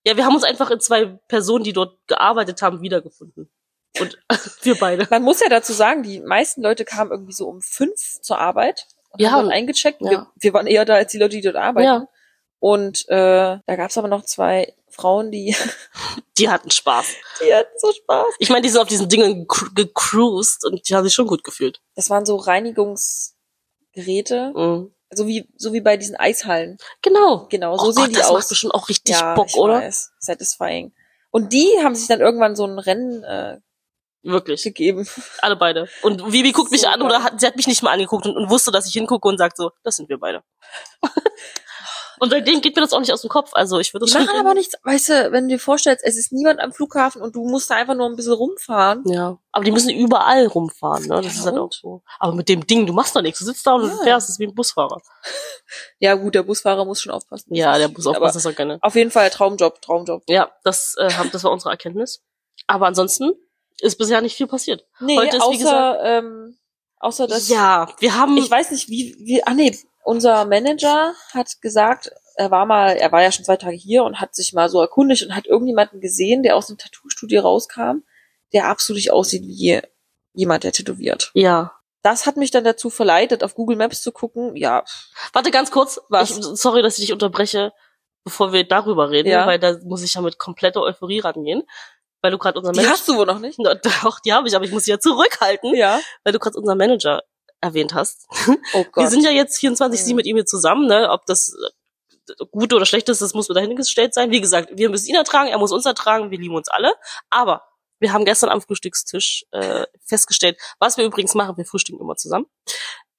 [SPEAKER 1] ja, wir haben uns einfach in zwei Personen, die dort gearbeitet haben, wiedergefunden. Und wir beide.
[SPEAKER 2] Man muss ja dazu sagen, die meisten Leute kamen irgendwie so um fünf zur Arbeit und
[SPEAKER 1] Ja,
[SPEAKER 2] haben
[SPEAKER 1] und-
[SPEAKER 2] dort eingecheckt.
[SPEAKER 1] ja.
[SPEAKER 2] Wir, wir waren eher da als die Leute, die dort arbeiten.
[SPEAKER 1] Ja.
[SPEAKER 2] Und äh, da gab's aber noch zwei Frauen, die,
[SPEAKER 1] Die hatten Spaß.
[SPEAKER 2] die hatten so Spaß.
[SPEAKER 1] Ich meine, die sind auf diesen Dingen gecru- gecruised und die haben sich schon gut gefühlt.
[SPEAKER 2] Das waren so Reinigungsgeräte,
[SPEAKER 1] Mhm.
[SPEAKER 2] so wie so wie bei diesen Eishallen.
[SPEAKER 1] Genau.
[SPEAKER 2] Genau,
[SPEAKER 1] Oh
[SPEAKER 2] so sehen
[SPEAKER 1] Gott,
[SPEAKER 2] die
[SPEAKER 1] das macht
[SPEAKER 2] aus.
[SPEAKER 1] bestimmt auch richtig Bock, oder?
[SPEAKER 2] Weiß. Satisfying. Und die haben sich dann irgendwann so ein Rennen äh,
[SPEAKER 1] Wirklich.
[SPEAKER 2] gegeben.
[SPEAKER 1] Alle beide. Und Vivi guckt mich
[SPEAKER 2] So
[SPEAKER 1] an
[SPEAKER 2] geil.
[SPEAKER 1] oder hat, sie hat mich nicht mal angeguckt und, und wusste, dass ich hingucke und sagt so, das sind wir beide. und seitdem geht mir das auch nicht aus dem Kopf. Also ich würde
[SPEAKER 2] Die
[SPEAKER 1] das schon
[SPEAKER 2] machen aber nichts, weißt du, wenn du dir vorstellst, es ist niemand am Flughafen und du musst da einfach nur ein bisschen rumfahren.
[SPEAKER 1] Ja. Aber die müssen überall rumfahren, ne? Das
[SPEAKER 2] Ja,
[SPEAKER 1] ist halt auch
[SPEAKER 2] und?
[SPEAKER 1] so. Aber mit dem Ding, du machst doch nichts. Du sitzt da und
[SPEAKER 2] Ja.
[SPEAKER 1] fährst, das ist wie ein Busfahrer.
[SPEAKER 2] Ja, gut, der Busfahrer muss schon aufpassen.
[SPEAKER 1] Ja, der Bus
[SPEAKER 2] Aber
[SPEAKER 1] aufpasst das auch gerne.
[SPEAKER 2] Auf jeden Fall Traumjob, Traumjob.
[SPEAKER 1] Ja, das, äh, hab- das war unsere Erkenntnis. Aber ansonsten ist bisher nicht viel passiert.
[SPEAKER 2] Nee,
[SPEAKER 1] Heute ist, wie
[SPEAKER 2] außer,
[SPEAKER 1] gesagt-
[SPEAKER 2] ähm, außer dass
[SPEAKER 1] ja, wir haben.
[SPEAKER 2] ich weiß nicht, wie, wie, ah nee, unser Manager hat gesagt, er war mal, er war ja schon zwei Tage hier und hat sich mal so erkundigt und hat irgendjemanden gesehen, der aus dem Tattoo-Studio rauskam, der absolut nicht aussieht wie je- jemand, der tätowiert.
[SPEAKER 1] ja.
[SPEAKER 2] Das hat mich dann dazu verleitet, auf Google Maps zu gucken. Ja,
[SPEAKER 1] Warte ganz kurz.
[SPEAKER 2] Was?
[SPEAKER 1] Ich, sorry, dass ich dich unterbreche, bevor wir darüber reden,
[SPEAKER 2] Ja.
[SPEAKER 1] weil da muss ich ja mit kompletter Euphorie rangehen. Weil du gerade unseren Manager.
[SPEAKER 2] die hast du wohl noch nicht.
[SPEAKER 1] Doch, die habe ich, aber ich muss sie ja zurückhalten,
[SPEAKER 2] Ja.
[SPEAKER 1] weil du gerade unseren Manager erwähnt hast.
[SPEAKER 2] Oh Gott.
[SPEAKER 1] Wir sind ja jetzt 24-7
[SPEAKER 2] Mhm.
[SPEAKER 1] mit ihm hier zusammen, ne? Ob das äh, gut oder schlecht ist, das muss mir dahingestellt sein. Wie gesagt, wir müssen ihn ertragen, er muss uns ertragen, wir lieben uns alle. Aber wir haben gestern am Frühstückstisch äh, festgestellt, was wir übrigens machen, wir frühstücken immer zusammen.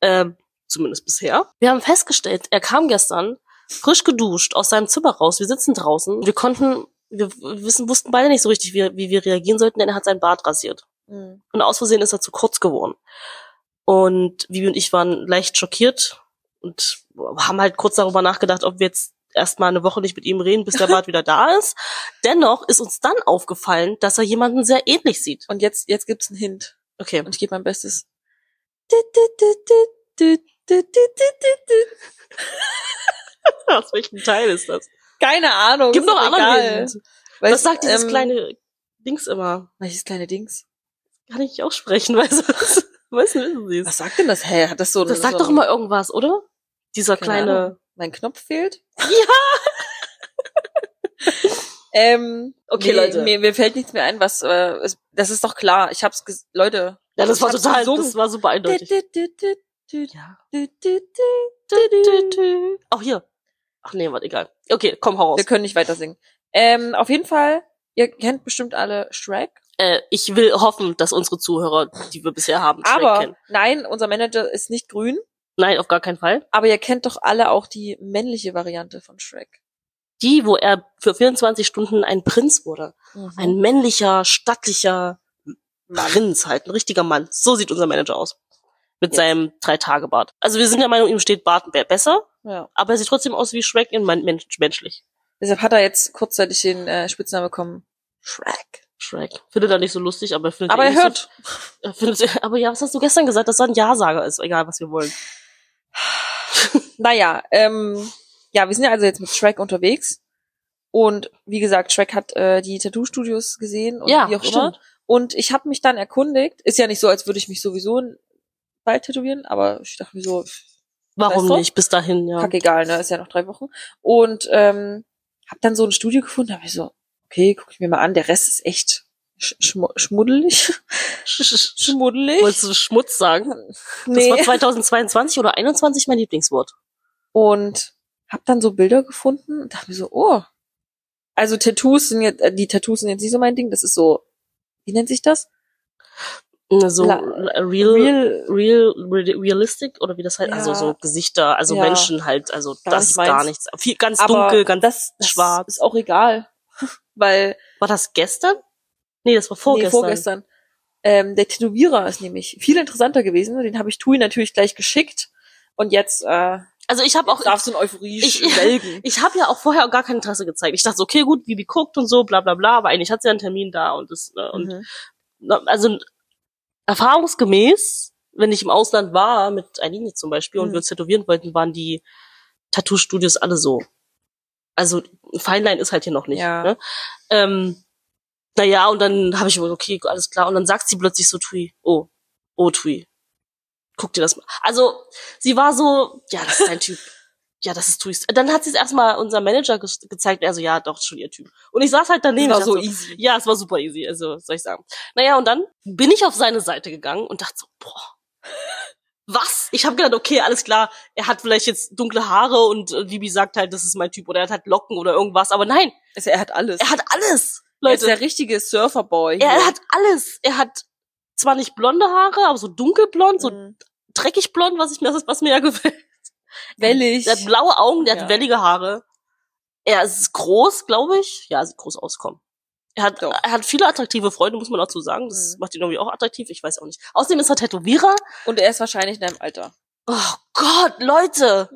[SPEAKER 1] Ähm, zumindest bisher. Wir haben festgestellt, er kam gestern frisch geduscht aus seinem Zimmer raus. Wir sitzen draußen. Wir konnten, wir wissen, wussten beide nicht so richtig, wie, wie wir reagieren sollten, denn er hat seinen Bart rasiert.
[SPEAKER 2] Hm.
[SPEAKER 1] Und aus Versehen ist er zu kurz geworden. Und Vivi und ich waren leicht schockiert und haben halt kurz darüber nachgedacht, ob wir jetzt erstmal eine Woche nicht mit ihm reden, bis der Bart wieder da ist. Dennoch ist uns dann aufgefallen, dass er jemanden sehr ähnlich sieht.
[SPEAKER 2] Und jetzt, jetzt gibt's einen Hint.
[SPEAKER 1] Okay.
[SPEAKER 2] Und ich gebe mein Bestes. Du, du, du, du, du, du, du, du, du.
[SPEAKER 1] Aus welchem Teil ist das?
[SPEAKER 2] Keine Ahnung.
[SPEAKER 1] Gib
[SPEAKER 2] ist
[SPEAKER 1] noch
[SPEAKER 2] doch
[SPEAKER 1] einen
[SPEAKER 2] egal.
[SPEAKER 1] anderen Hint.
[SPEAKER 2] Weil
[SPEAKER 1] Was sagt dieses
[SPEAKER 2] ähm,
[SPEAKER 1] kleine Dings immer?
[SPEAKER 2] Welches kleine Dings?
[SPEAKER 1] Kann ich auch sprechen, weil sonst weißt du, wissen sie es.
[SPEAKER 2] Was sagt denn das? Hä, hat das so ein-
[SPEAKER 1] Das
[SPEAKER 2] so
[SPEAKER 1] sagt doch
[SPEAKER 2] ein-
[SPEAKER 1] immer irgendwas, oder? Dieser
[SPEAKER 2] Keine
[SPEAKER 1] kleine.
[SPEAKER 2] Ahnung. Mein Knopf fehlt?
[SPEAKER 1] Ja!
[SPEAKER 2] Ähm,
[SPEAKER 1] Okay,
[SPEAKER 2] nee,
[SPEAKER 1] Leute.
[SPEAKER 2] Mir, mir fällt nichts mehr ein, was, äh, es- das ist doch klar. Ich hab's, ges Leute.
[SPEAKER 1] Ja, das
[SPEAKER 2] ich
[SPEAKER 1] war
[SPEAKER 2] hab's
[SPEAKER 1] total,
[SPEAKER 2] gesungen.
[SPEAKER 1] das war super
[SPEAKER 2] Du,
[SPEAKER 1] eindeutig.
[SPEAKER 2] du, du, du, du,
[SPEAKER 1] Ja.
[SPEAKER 2] du, du, du.
[SPEAKER 1] Auch hier. Ach nee, warte, egal. Okay, komm, hau raus.
[SPEAKER 2] Wir können nicht weiter singen. Ähm, auf jeden Fall, ihr kennt bestimmt alle Shrek.
[SPEAKER 1] Äh, ich will hoffen, dass unsere Zuhörer, die wir bisher haben, Shrek
[SPEAKER 2] Aber
[SPEAKER 1] kennen.
[SPEAKER 2] nein, unser Manager ist nicht grün.
[SPEAKER 1] Nein, auf gar keinen Fall.
[SPEAKER 2] Aber ihr kennt doch alle auch die männliche Variante von Shrek.
[SPEAKER 1] Die, wo er für 24 Stunden ein Prinz wurde. Ein männlicher, stattlicher Prinz halt. Ein richtiger Mann. So sieht unser Manager aus. Mit
[SPEAKER 2] Yes.
[SPEAKER 1] seinem Drei-Tage-Bart. Also wir sind der Meinung, ihm steht Bart be- besser,
[SPEAKER 2] Ja.
[SPEAKER 1] aber er sieht trotzdem aus wie Shrek in men men- menschlich.
[SPEAKER 2] Deshalb hat er jetzt kurzzeitig den äh, Spitznamen bekommen. Shrek.
[SPEAKER 1] Shrek. Findet er nicht so lustig, aber er findet
[SPEAKER 2] Aber
[SPEAKER 1] ihn
[SPEAKER 2] ihr
[SPEAKER 1] eh nicht
[SPEAKER 2] hört.
[SPEAKER 1] So, er findet, aber ja, was hast du gestern gesagt, dass er ein Ja-Sager ist, egal was wir wollen.
[SPEAKER 2] Naja, ähm, ja, wir sind ja also jetzt mit Shrek unterwegs. Und wie gesagt, Shrek hat äh, die Tattoo-Studios gesehen und
[SPEAKER 1] ja,
[SPEAKER 2] wie auch
[SPEAKER 1] stimmt.
[SPEAKER 2] immer. Und ich habe mich dann erkundigt. Ist ja nicht so, als würde ich mich sowieso bald tätowieren, aber ich dachte mir so,
[SPEAKER 1] Warum
[SPEAKER 2] Weißt du?
[SPEAKER 1] nicht? Bis dahin, ja.
[SPEAKER 2] Kack egal, ne? Ist ja noch drei Wochen. Und ähm, hab dann so ein Studio gefunden, hab ich so, okay, guck ich mir mal an, der Rest ist echt sch schm schmuddelig.
[SPEAKER 1] Sch- sch- sch-
[SPEAKER 2] schmuddelig.
[SPEAKER 1] Wolltest du Schmutz sagen? Das war
[SPEAKER 2] nee.
[SPEAKER 1] 2022 oder 21 mein Lieblingswort.
[SPEAKER 2] Und hab dann so Bilder gefunden und dachte mir so, oh. Also Tattoos sind jetzt, äh, die Tattoos sind jetzt nicht so mein Ding, das ist so, wie nennt sich das?
[SPEAKER 1] Na, So
[SPEAKER 2] La-
[SPEAKER 1] real, real, real, realistic oder wie das halt, also
[SPEAKER 2] Ja.
[SPEAKER 1] so Gesichter, also
[SPEAKER 2] Ja.
[SPEAKER 1] Menschen halt, also
[SPEAKER 2] Gar
[SPEAKER 1] das
[SPEAKER 2] nicht
[SPEAKER 1] ist gar
[SPEAKER 2] meins.
[SPEAKER 1] nichts. Viel, ganz
[SPEAKER 2] aber
[SPEAKER 1] dunkel, ganz.
[SPEAKER 2] das, das
[SPEAKER 1] schwarz.
[SPEAKER 2] ist auch egal. Weil,
[SPEAKER 1] war das gestern? Nee, das war
[SPEAKER 2] Nee,
[SPEAKER 1] vorgestern.
[SPEAKER 2] vorgestern. Ähm, der Tätowierer ist nämlich viel interessanter gewesen. Den habe ich Tui natürlich gleich geschickt. Und jetzt äh,
[SPEAKER 1] Also ich habe auch,
[SPEAKER 2] darfst du in Euphorie
[SPEAKER 1] Ich-
[SPEAKER 2] schwelgen.
[SPEAKER 1] ich habe ja auch vorher gar kein Interesse gezeigt. Ich dachte, so, okay, gut, Bibi guckt und so, bla bla bla, aber eigentlich hat sie ja einen Termin da und das, ne, und
[SPEAKER 2] Mhm.
[SPEAKER 1] Na, also erfahrungsgemäß, wenn ich im Ausland war, mit Aline zum Beispiel, und
[SPEAKER 2] Hm.
[SPEAKER 1] wir uns tätowieren wollten, waren die Tattoo-Studios alle so. Also Feinlein ist halt hier noch nicht.
[SPEAKER 2] Ja.
[SPEAKER 1] Ne? Ähm, Naja, und dann habe ich wohl, okay, alles klar. Und dann sagt sie plötzlich so, Tui, oh, oh, Tui. Guck dir das mal. Also, sie war so, ja, das ist ein Typ. Ja, das ist Tui. Dann hat sie es erstmal unserem Manager ge gezeigt. Also, ja, doch, schon ihr Typ. Und ich saß halt daneben.
[SPEAKER 2] war
[SPEAKER 1] ich dachte
[SPEAKER 2] so
[SPEAKER 1] easy. Ja, es war super easy, also, was soll ich sagen. Naja, und dann bin ich auf seine Seite gegangen und dachte so, boah, was? Ich habe gedacht, okay, alles klar, er hat vielleicht jetzt dunkle Haare und äh, Bibi sagt halt, das ist mein Typ oder er hat halt Locken oder irgendwas. Aber nein,
[SPEAKER 2] Also, er hat alles.
[SPEAKER 1] er hat alles.
[SPEAKER 2] er ist
[SPEAKER 1] Leute,
[SPEAKER 2] der richtige Surferboy.
[SPEAKER 1] er
[SPEAKER 2] hier.
[SPEAKER 1] hat alles. Er hat zwar nicht blonde Haare, aber so dunkelblond, so
[SPEAKER 2] Mhm.
[SPEAKER 1] dreckig blond, was ich mir, was mir ja gefällt.
[SPEAKER 2] wellig.
[SPEAKER 1] Der hat blaue Augen, der
[SPEAKER 2] Ja.
[SPEAKER 1] hat wellige Haare. Er ist groß, glaube ich. Ja, sieht groß aus, komm. Er hat,
[SPEAKER 2] Doch.
[SPEAKER 1] er hat viele attraktive Freunde, muss man dazu sagen. Das
[SPEAKER 2] Mhm.
[SPEAKER 1] macht ihn irgendwie auch attraktiv, ich weiß auch nicht. Außerdem ist er Tätowierer.
[SPEAKER 2] Und er ist wahrscheinlich in deinem Alter.
[SPEAKER 1] Oh Gott, Leute.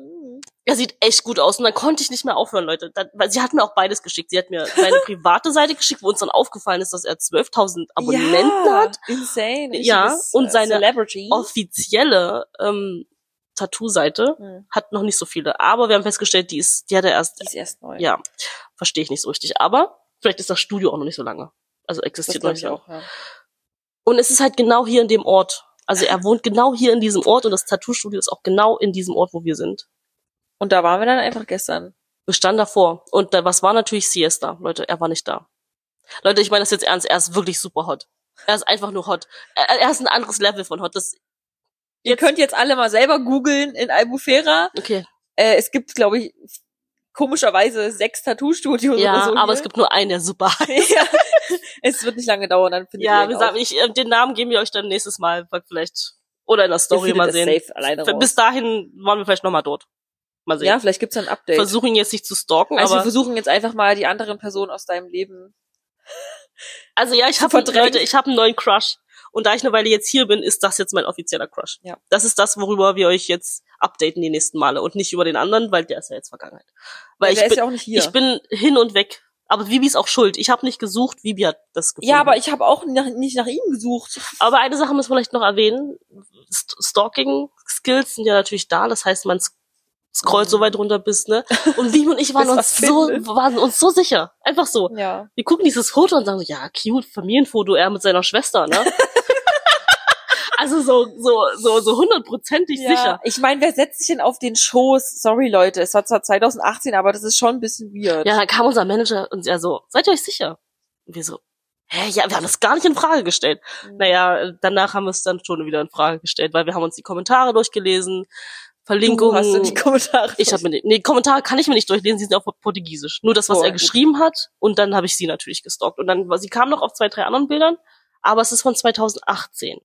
[SPEAKER 1] Er sieht echt gut aus und dann konnte ich nicht mehr aufhören, Leute. Dann, weil sie hat mir auch beides geschickt. Sie hat mir seine private Seite geschickt, wo uns dann aufgefallen ist, dass er 12.000 Abonnenten
[SPEAKER 2] ja,
[SPEAKER 1] hat.
[SPEAKER 2] Insane. Richtiges,
[SPEAKER 1] Ja, und
[SPEAKER 2] äh,
[SPEAKER 1] seine
[SPEAKER 2] Celebrity.
[SPEAKER 1] offizielle ähm, Tattoo-Seite
[SPEAKER 2] Mhm.
[SPEAKER 1] hat noch nicht so viele, aber wir haben festgestellt, die ist, die hat er erst,
[SPEAKER 2] Die ist erst neu.
[SPEAKER 1] ja, verstehe ich nicht so richtig, aber vielleicht ist das Studio auch noch nicht so lange, also
[SPEAKER 2] das
[SPEAKER 1] existiert noch
[SPEAKER 2] glaube
[SPEAKER 1] nicht
[SPEAKER 2] ich
[SPEAKER 1] so lange.
[SPEAKER 2] auch. Ja.
[SPEAKER 1] Und es ist halt genau hier in dem Ort, also er wohnt genau hier in diesem Ort und das Tattoo-Studio ist auch genau in diesem Ort, wo wir sind.
[SPEAKER 2] Und da waren wir dann einfach gestern.
[SPEAKER 1] Wir standen davor und da, was war natürlich Siesta, Leute, er war nicht da. Leute, ich meine das jetzt ernst, er ist wirklich super hot. Er ist einfach nur hot. Er, er ist ein anderes Level von hot. Das,
[SPEAKER 2] Ihr könnt jetzt alle mal selber googeln in Albufera.
[SPEAKER 1] okay,
[SPEAKER 2] Äh, es gibt, glaube ich, komischerweise sechs Tattoo-Studios oder
[SPEAKER 1] ja,
[SPEAKER 2] so.
[SPEAKER 1] aber
[SPEAKER 2] hier.
[SPEAKER 1] es gibt nur einen, der super
[SPEAKER 2] ja. Es wird nicht lange dauern, dann findet
[SPEAKER 1] Ja,
[SPEAKER 2] ihr ihn
[SPEAKER 1] wir sagen,
[SPEAKER 2] auch.
[SPEAKER 1] ich, äh, den Namen geben wir euch dann nächstes Mal vielleicht oder in der
[SPEAKER 2] Ihr
[SPEAKER 1] Story
[SPEAKER 2] findet
[SPEAKER 1] mal
[SPEAKER 2] es
[SPEAKER 1] sehen.
[SPEAKER 2] Safe alleine
[SPEAKER 1] Ver- Bis
[SPEAKER 2] raus.
[SPEAKER 1] dahin waren wir vielleicht nochmal dort. Mal
[SPEAKER 2] Ja,
[SPEAKER 1] sehen.
[SPEAKER 2] vielleicht gibt's dann ein Update.
[SPEAKER 1] Versuchen jetzt nicht zu stalken,
[SPEAKER 2] also wir
[SPEAKER 1] aber
[SPEAKER 2] versuchen jetzt einfach mal die anderen Personen aus deinem Leben.
[SPEAKER 1] also ja, ich habe
[SPEAKER 2] verdrängen.
[SPEAKER 1] Leute, ich habe einen neuen Crush und da ich eine Weile jetzt hier bin, ist das jetzt mein offizieller Crush.
[SPEAKER 2] Ja.
[SPEAKER 1] Das ist das, worüber wir euch jetzt updaten die nächsten Male und nicht über den anderen, weil der ist ja jetzt Vergangenheit. Weil
[SPEAKER 2] der
[SPEAKER 1] ich
[SPEAKER 2] ist
[SPEAKER 1] bin,
[SPEAKER 2] ja auch nicht hier.
[SPEAKER 1] ich bin hin und weg. Aber Vivi ist auch schuld. Ich habe nicht gesucht, Vivi hat das gefunden.
[SPEAKER 2] ja, aber ich habe auch nach, nicht nach ihm gesucht.
[SPEAKER 1] Aber eine Sache müssen wir vielleicht noch erwähnen. St- Stalking-Skills sind ja natürlich da. Das heißt, man sc- scrollt so weit runter bis, ne? Und Wim und ich waren
[SPEAKER 2] Bis
[SPEAKER 1] uns
[SPEAKER 2] was
[SPEAKER 1] so,
[SPEAKER 2] findet.
[SPEAKER 1] waren uns so sicher. Einfach so.
[SPEAKER 2] Ja.
[SPEAKER 1] Wir gucken dieses Foto und sagen so, ja, cute, Familienfoto, er mit seiner Schwester, ne? also so, so, so, so hundertprozentig
[SPEAKER 2] ja.
[SPEAKER 1] sicher.
[SPEAKER 2] Ich meine, wer setzt sich denn auf den Schoß? Sorry, Leute, es war zwar 2018, aber das ist schon ein bisschen weird.
[SPEAKER 1] Ja, dann kam unser Manager und er so, seid ihr euch sicher? Und wir so, hä, ja, wir haben das gar nicht in Frage gestellt.
[SPEAKER 2] Mhm.
[SPEAKER 1] Naja, danach haben wir es dann schon wieder in Frage gestellt, weil wir haben uns die Kommentare durchgelesen,
[SPEAKER 2] du
[SPEAKER 1] Verlinkungen.
[SPEAKER 2] hast in die Kommentare.
[SPEAKER 1] ich habe mir die- nee, Kommentare kann ich mir nicht durchlesen, die sind auf Portugiesisch. Nur das, was
[SPEAKER 2] Oh,
[SPEAKER 1] er
[SPEAKER 2] gut.
[SPEAKER 1] geschrieben hat und dann habe ich sie natürlich gestalkt und dann sie kam noch auf zwei, drei anderen Bildern, aber es ist von 2018.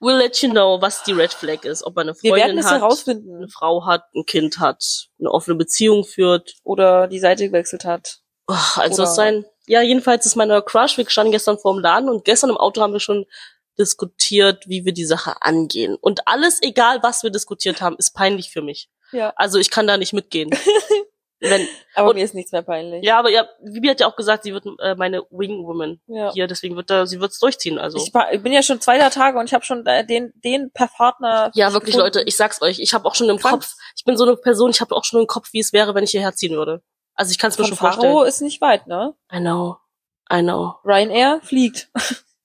[SPEAKER 1] We'll let you know, was die Red Flag ist, ob man eine
[SPEAKER 2] wir
[SPEAKER 1] Freundin
[SPEAKER 2] werden es
[SPEAKER 1] hat, eine
[SPEAKER 2] herausfinden.
[SPEAKER 1] Frau hat, ein Kind hat, eine offene Beziehung führt,
[SPEAKER 2] Oder die Seite gewechselt hat.
[SPEAKER 1] Oh, also
[SPEAKER 2] Oder-
[SPEAKER 1] es sein. Ja, jedenfalls ist mein neuer Crush. Wir standen gestern vor dem Laden und gestern im Auto haben wir schon diskutiert, wie wir die Sache angehen. Und alles, egal was wir diskutiert haben, ist peinlich für mich.
[SPEAKER 2] Ja.
[SPEAKER 1] Also ich kann da nicht mitgehen. Wenn,
[SPEAKER 2] Aber
[SPEAKER 1] Und-
[SPEAKER 2] mir ist nichts mehr peinlich.
[SPEAKER 1] ja, aber ja, Bibi hat ja auch gesagt, sie wird äh, meine Wingwoman
[SPEAKER 2] Ja.
[SPEAKER 1] hier, deswegen wird da, sie wird's durchziehen. Also
[SPEAKER 2] Ich, war- ich bin ja schon zweiter Tage und ich habe schon äh, den, den per Partner.
[SPEAKER 1] ja, wirklich
[SPEAKER 2] gefunden.
[SPEAKER 1] Leute, ich sag's euch, ich habe auch schon im
[SPEAKER 2] Krank.
[SPEAKER 1] Kopf, ich bin so eine Person, ich habe auch schon im Kopf, wie es wäre, wenn ich hierher ziehen würde. Also ich kann es mir
[SPEAKER 2] Von
[SPEAKER 1] schon vorstellen.
[SPEAKER 2] Faro ist nicht weit, ne?
[SPEAKER 1] I know, I know.
[SPEAKER 2] Ryanair fliegt.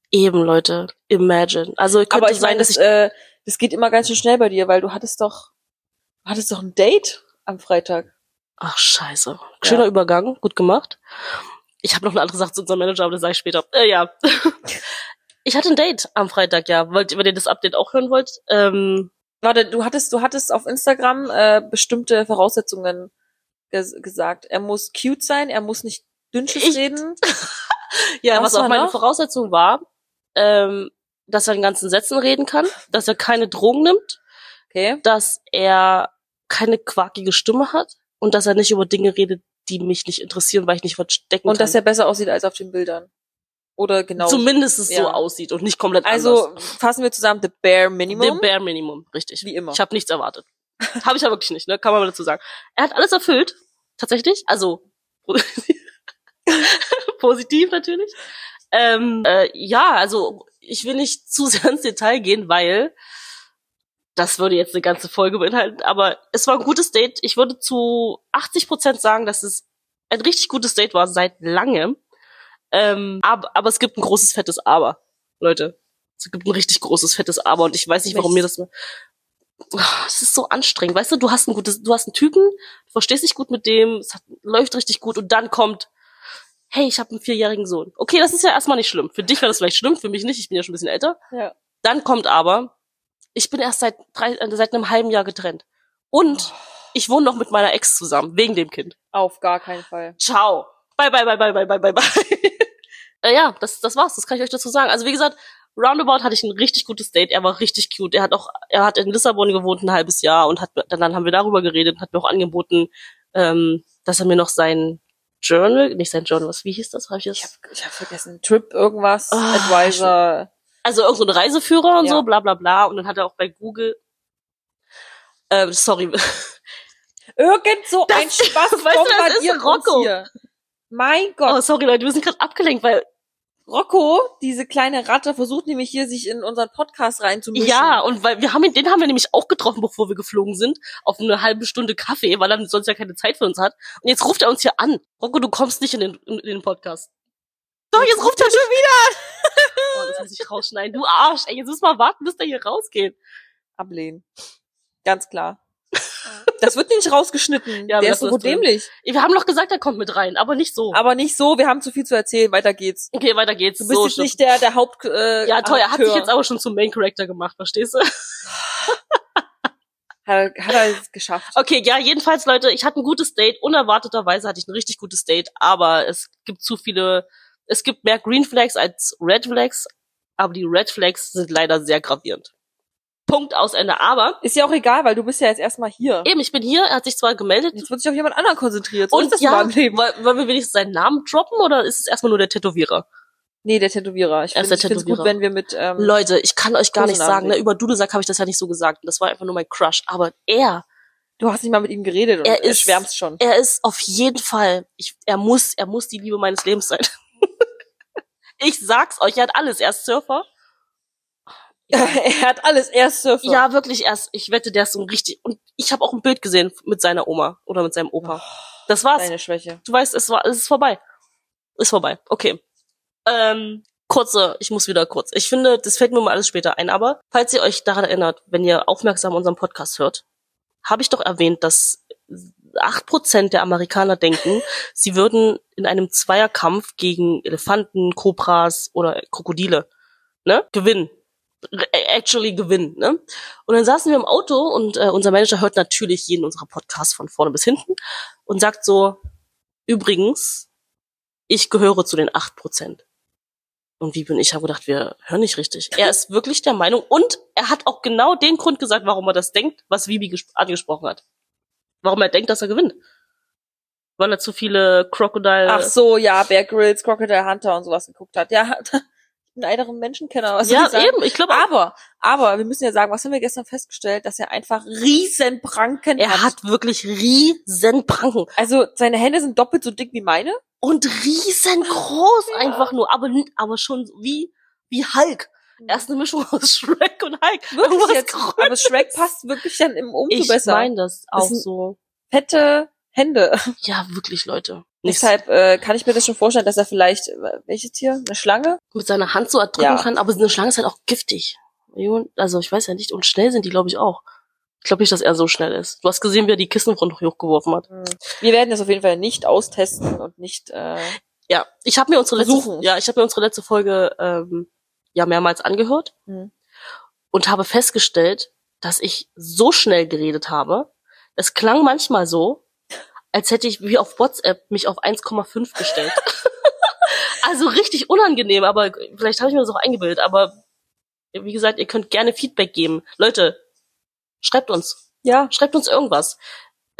[SPEAKER 1] Eben, Leute, imagine. Also könnte
[SPEAKER 2] Aber ich
[SPEAKER 1] sein,
[SPEAKER 2] meine,
[SPEAKER 1] dass
[SPEAKER 2] das,
[SPEAKER 1] ich
[SPEAKER 2] äh, das geht immer ganz schön schnell bei dir, weil du hattest doch, du hattest doch ein Date am Freitag.
[SPEAKER 1] Ach, scheiße. Schöner Übergang, gut gemacht. Ich habe noch eine andere Sache zu unserem Manager, aber das sage ich später. Äh, ja. ich hatte ein Date am Freitag, ja. Wollt, wenn ihr das Update auch hören wollt, ähm,
[SPEAKER 2] Warte, du hattest, du hattest auf Instagram äh, bestimmte Voraussetzungen ges gesagt. Er muss cute sein, er muss nicht dünnschiss
[SPEAKER 1] Ich-
[SPEAKER 2] reden.
[SPEAKER 1] ja,
[SPEAKER 2] Was
[SPEAKER 1] was auch
[SPEAKER 2] war
[SPEAKER 1] meine
[SPEAKER 2] noch?
[SPEAKER 1] Voraussetzung war, ähm, dass er in ganzen Sätzen reden kann, dass er keine Drogen nimmt,
[SPEAKER 2] Okay.
[SPEAKER 1] dass er keine quakige Stimme hat und dass er nicht über Dinge redet, die mich nicht interessieren, weil ich nicht verstecken
[SPEAKER 2] Und
[SPEAKER 1] kann.
[SPEAKER 2] dass er besser aussieht als auf den Bildern. Oder genau.
[SPEAKER 1] zumindest es so
[SPEAKER 2] Ja.
[SPEAKER 1] aussieht und nicht komplett anders.
[SPEAKER 2] also fassen wir zusammen, the bare minimum.
[SPEAKER 1] The bare minimum, richtig.
[SPEAKER 2] Wie immer.
[SPEAKER 1] Ich habe nichts erwartet. habe ich ja wirklich nicht, ne? Kann man mal dazu sagen. Er hat alles erfüllt, tatsächlich. Also positiv natürlich. Ähm, äh, ja, also ich will nicht zu sehr ins Detail gehen, weil das würde jetzt eine ganze Folge beinhalten. Aber es war ein gutes Date. Ich würde zu 80 Prozent sagen, dass es ein richtig gutes Date war seit langem. Ähm, aber, aber es gibt ein großes, fettes Aber, Leute. Es gibt ein richtig großes, fettes Aber und ich weiß nicht, warum mir das... Ah, Es ist so anstrengend, weißt du, du hast ein gutes, du hast einen Typen, du verstehst dich gut mit dem, es hat, läuft richtig gut und dann kommt, hey, ich habe einen vierjährigen Sohn. Okay, das ist ja erstmal nicht schlimm. Für dich war das vielleicht schlimm, für mich nicht, ich bin ja schon ein bisschen älter.
[SPEAKER 2] Ja.
[SPEAKER 1] Dann kommt aber, ich bin erst seit drei, äh, seit einem halben Jahr getrennt. Und ich wohne noch mit meiner Ex zusammen, wegen dem Kind.
[SPEAKER 2] Auf gar keinen Fall.
[SPEAKER 1] Ciao. Bye, bye, bye, bye, bye, bye, bye, bye. äh, ja, das, das war's. Das kann ich euch dazu sagen. Also, wie gesagt, Roundabout hatte ich ein richtig gutes Date. Er war richtig cute. Er hat auch, er hat in Lissabon gewohnt ein halbes Jahr und hat, dann, dann haben wir darüber geredet und hat mir auch angeboten, ähm, dass er mir noch sein Journal, nicht sein Journal, was, wie hieß das? Hab ich das?
[SPEAKER 2] Ich habe ich hab vergessen. Trip irgendwas,
[SPEAKER 1] Ah,
[SPEAKER 2] Advisor.
[SPEAKER 1] also irgend so ein Reiseführer und
[SPEAKER 2] Ja.
[SPEAKER 1] so, bla bla bla. Und dann hat er auch bei Google, ähm, sorry,
[SPEAKER 2] Irgend so
[SPEAKER 1] Das-
[SPEAKER 2] ein Spaß
[SPEAKER 1] Weißt du, das ist
[SPEAKER 2] bombardiert
[SPEAKER 1] Rocco.
[SPEAKER 2] uns hier. Mein
[SPEAKER 1] oh,
[SPEAKER 2] Gott.
[SPEAKER 1] sorry Leute, wir sind gerade abgelenkt, weil
[SPEAKER 2] Rocco, diese kleine Ratte, versucht nämlich hier sich in unseren Podcast reinzumischen.
[SPEAKER 1] Ja, und weil wir haben ihn, den haben wir nämlich auch getroffen, bevor wir geflogen sind, auf eine halbe Stunde Kaffee, weil er sonst ja keine Zeit für uns hat. Und jetzt ruft er uns hier an. Rocco, du kommst nicht in den, in, in den Podcast. Doch, jetzt ruft er schon wieder an. Oh, das muss ich rausschneiden. Du Arsch, ey, jetzt müssen wir warten, bis der hier rausgeht.
[SPEAKER 2] Ablehnen. Ganz klar. Das wird nicht rausgeschnitten.
[SPEAKER 1] Ja,
[SPEAKER 2] Der
[SPEAKER 1] wir
[SPEAKER 2] ist so
[SPEAKER 1] lassen das
[SPEAKER 2] gut
[SPEAKER 1] drin.
[SPEAKER 2] dämlich.
[SPEAKER 1] Wir haben doch gesagt, er kommt mit rein, aber nicht so.
[SPEAKER 2] Aber nicht so, wir haben zu viel zu erzählen. Weiter geht's.
[SPEAKER 1] Okay, weiter geht's.
[SPEAKER 2] Oh. Du bist
[SPEAKER 1] so,
[SPEAKER 2] jetzt
[SPEAKER 1] schlimm.
[SPEAKER 2] nicht der, der Haupt... Äh,
[SPEAKER 1] ja, toll, er hat sich
[SPEAKER 2] Akteur.
[SPEAKER 1] jetzt aber schon zum Main Character gemacht, verstehst du?
[SPEAKER 2] Hat, er- hat er es geschafft.
[SPEAKER 1] Okay, ja, jedenfalls, Leute, ich hatte ein gutes Date. Unerwarteterweise hatte ich ein richtig gutes Date, aber es gibt zu viele, es gibt mehr Green Flags als Red Flags, aber die Red Flags sind leider sehr gravierend. Punkt aus Ende. Aber
[SPEAKER 2] Ist ja auch egal, weil du bist ja jetzt erstmal hier.
[SPEAKER 1] eben, ich bin hier, er hat sich zwar gemeldet.
[SPEAKER 2] Jetzt wird sich auf jemand anderen konzentriert. So
[SPEAKER 1] Und
[SPEAKER 2] ist das
[SPEAKER 1] ja,
[SPEAKER 2] mal im Leben.
[SPEAKER 1] woll- wollen wir wenigstens seinen Namen droppen oder ist es erstmal nur der Tätowierer?
[SPEAKER 2] Nee, der Tätowierer. Ich
[SPEAKER 1] Er
[SPEAKER 2] finde
[SPEAKER 1] ist der
[SPEAKER 2] es gut,
[SPEAKER 1] Tätowierer.
[SPEAKER 2] wenn wir mit... Ähm,
[SPEAKER 1] Leute, ich kann euch gar nicht
[SPEAKER 2] Kosenamen
[SPEAKER 1] sagen, ne,
[SPEAKER 2] reden.
[SPEAKER 1] über Dudelsack habe ich das ja nicht so gesagt. Das war einfach nur mein Crush. Aber er,
[SPEAKER 2] du hast nicht mal mit ihm geredet und
[SPEAKER 1] Er ist-
[SPEAKER 2] schwärmst schon.
[SPEAKER 1] er ist auf jeden Fall, ich, er muss, er muss die Liebe meines Lebens sein. ich sag's euch, er hat alles. Er ist Surfer.
[SPEAKER 2] er hat alles. Er ist Surfer.
[SPEAKER 1] Ja, wirklich, er ist, ich wette, der ist so ein richtig, und ich habe auch ein Bild gesehen mit seiner Oma oder mit seinem Opa. Das war's.
[SPEAKER 2] Deine Schwäche.
[SPEAKER 1] Du weißt, es war, es ist vorbei. Ist vorbei. Okay. Ähm, kurze, ich muss wieder kurz. Ich finde, das fällt mir mal alles später ein, aber falls ihr euch daran erinnert, wenn ihr aufmerksam unseren Podcast hört, habe ich doch erwähnt, dass 8% der Amerikaner denken, sie würden in einem Zweierkampf gegen Elefanten, Kobras oder Krokodile, ne, gewinnen. R- Actually gewinnen, ne? Und dann saßen wir im Auto und äh, unser Manager hört natürlich jeden unserer Podcasts von vorne bis hinten und sagt so, Übrigens, ich gehöre zu den 8%. Und wie bin ich? Ich habe gedacht, wir hören nicht richtig. Er ist wirklich der Meinung und er hat auch genau den Grund gesagt, warum er das denkt, was Vivi ges- angesprochen hat. Warum er denkt, dass er gewinnt. Weil er zu viele Crocodile...
[SPEAKER 2] Ach so, ja, Bear Grylls, Crocodile Hunter und sowas geguckt hat. Ja, ich bin einer ein Menschenkenner. Was soll
[SPEAKER 1] ja,
[SPEAKER 2] ich sagen?
[SPEAKER 1] eben. Ich glaube,
[SPEAKER 2] Aber, aber, wir müssen ja sagen, was haben wir gestern festgestellt, dass er einfach riesen Pranken
[SPEAKER 1] er hat wirklich riesen Pranken.
[SPEAKER 2] Also, seine Hände sind doppelt so dick wie meine.
[SPEAKER 1] Und riesengroß
[SPEAKER 2] Ja.
[SPEAKER 1] einfach nur. Aber, aber schon wie, wie Hulk. Er ist eine Mischung aus Shrek und Hulk.
[SPEAKER 2] wirklich
[SPEAKER 1] Irgendwas
[SPEAKER 2] Mhm. jetzt.
[SPEAKER 1] Größeres.
[SPEAKER 2] Aber Shrek passt wirklich dann im Umso
[SPEAKER 1] Ich
[SPEAKER 2] besser.
[SPEAKER 1] meine das auch
[SPEAKER 2] ein-
[SPEAKER 1] so.
[SPEAKER 2] Fette Hände.
[SPEAKER 1] Ja, wirklich, Leute. Nicht
[SPEAKER 2] Deshalb äh, kann ich mir das schon vorstellen, dass er vielleicht, äh, welches Tier? Eine Schlange?
[SPEAKER 1] mit seiner Hand so erdrücken
[SPEAKER 2] Ja.
[SPEAKER 1] kann, aber eine Schlange ist halt auch giftig. Und- Also ich weiß ja nicht, und schnell sind die, glaube ich, auch. Ich glaube nicht, dass er so schnell ist. Du hast gesehen, wie er die Kissen von hochgeworfen hat.
[SPEAKER 2] Hm. Wir werden das auf jeden Fall nicht austesten und nicht. Äh,
[SPEAKER 1] Ja, ich habe mir unsere letzte,
[SPEAKER 2] Versuchen.
[SPEAKER 1] ja, ich habe mir unsere letzte Folge ähm, ja mehrmals angehört
[SPEAKER 2] Mhm.
[SPEAKER 1] und habe festgestellt, dass ich so schnell geredet habe. Es klang manchmal so, als hätte ich wie auf WhatsApp mich auf 1,5 gestellt. also richtig unangenehm, aber vielleicht habe ich mir das auch eingebildet. Aber wie gesagt, ihr könnt gerne Feedback geben, Leute. Schreibt uns,
[SPEAKER 2] ja,
[SPEAKER 1] schreibt uns irgendwas.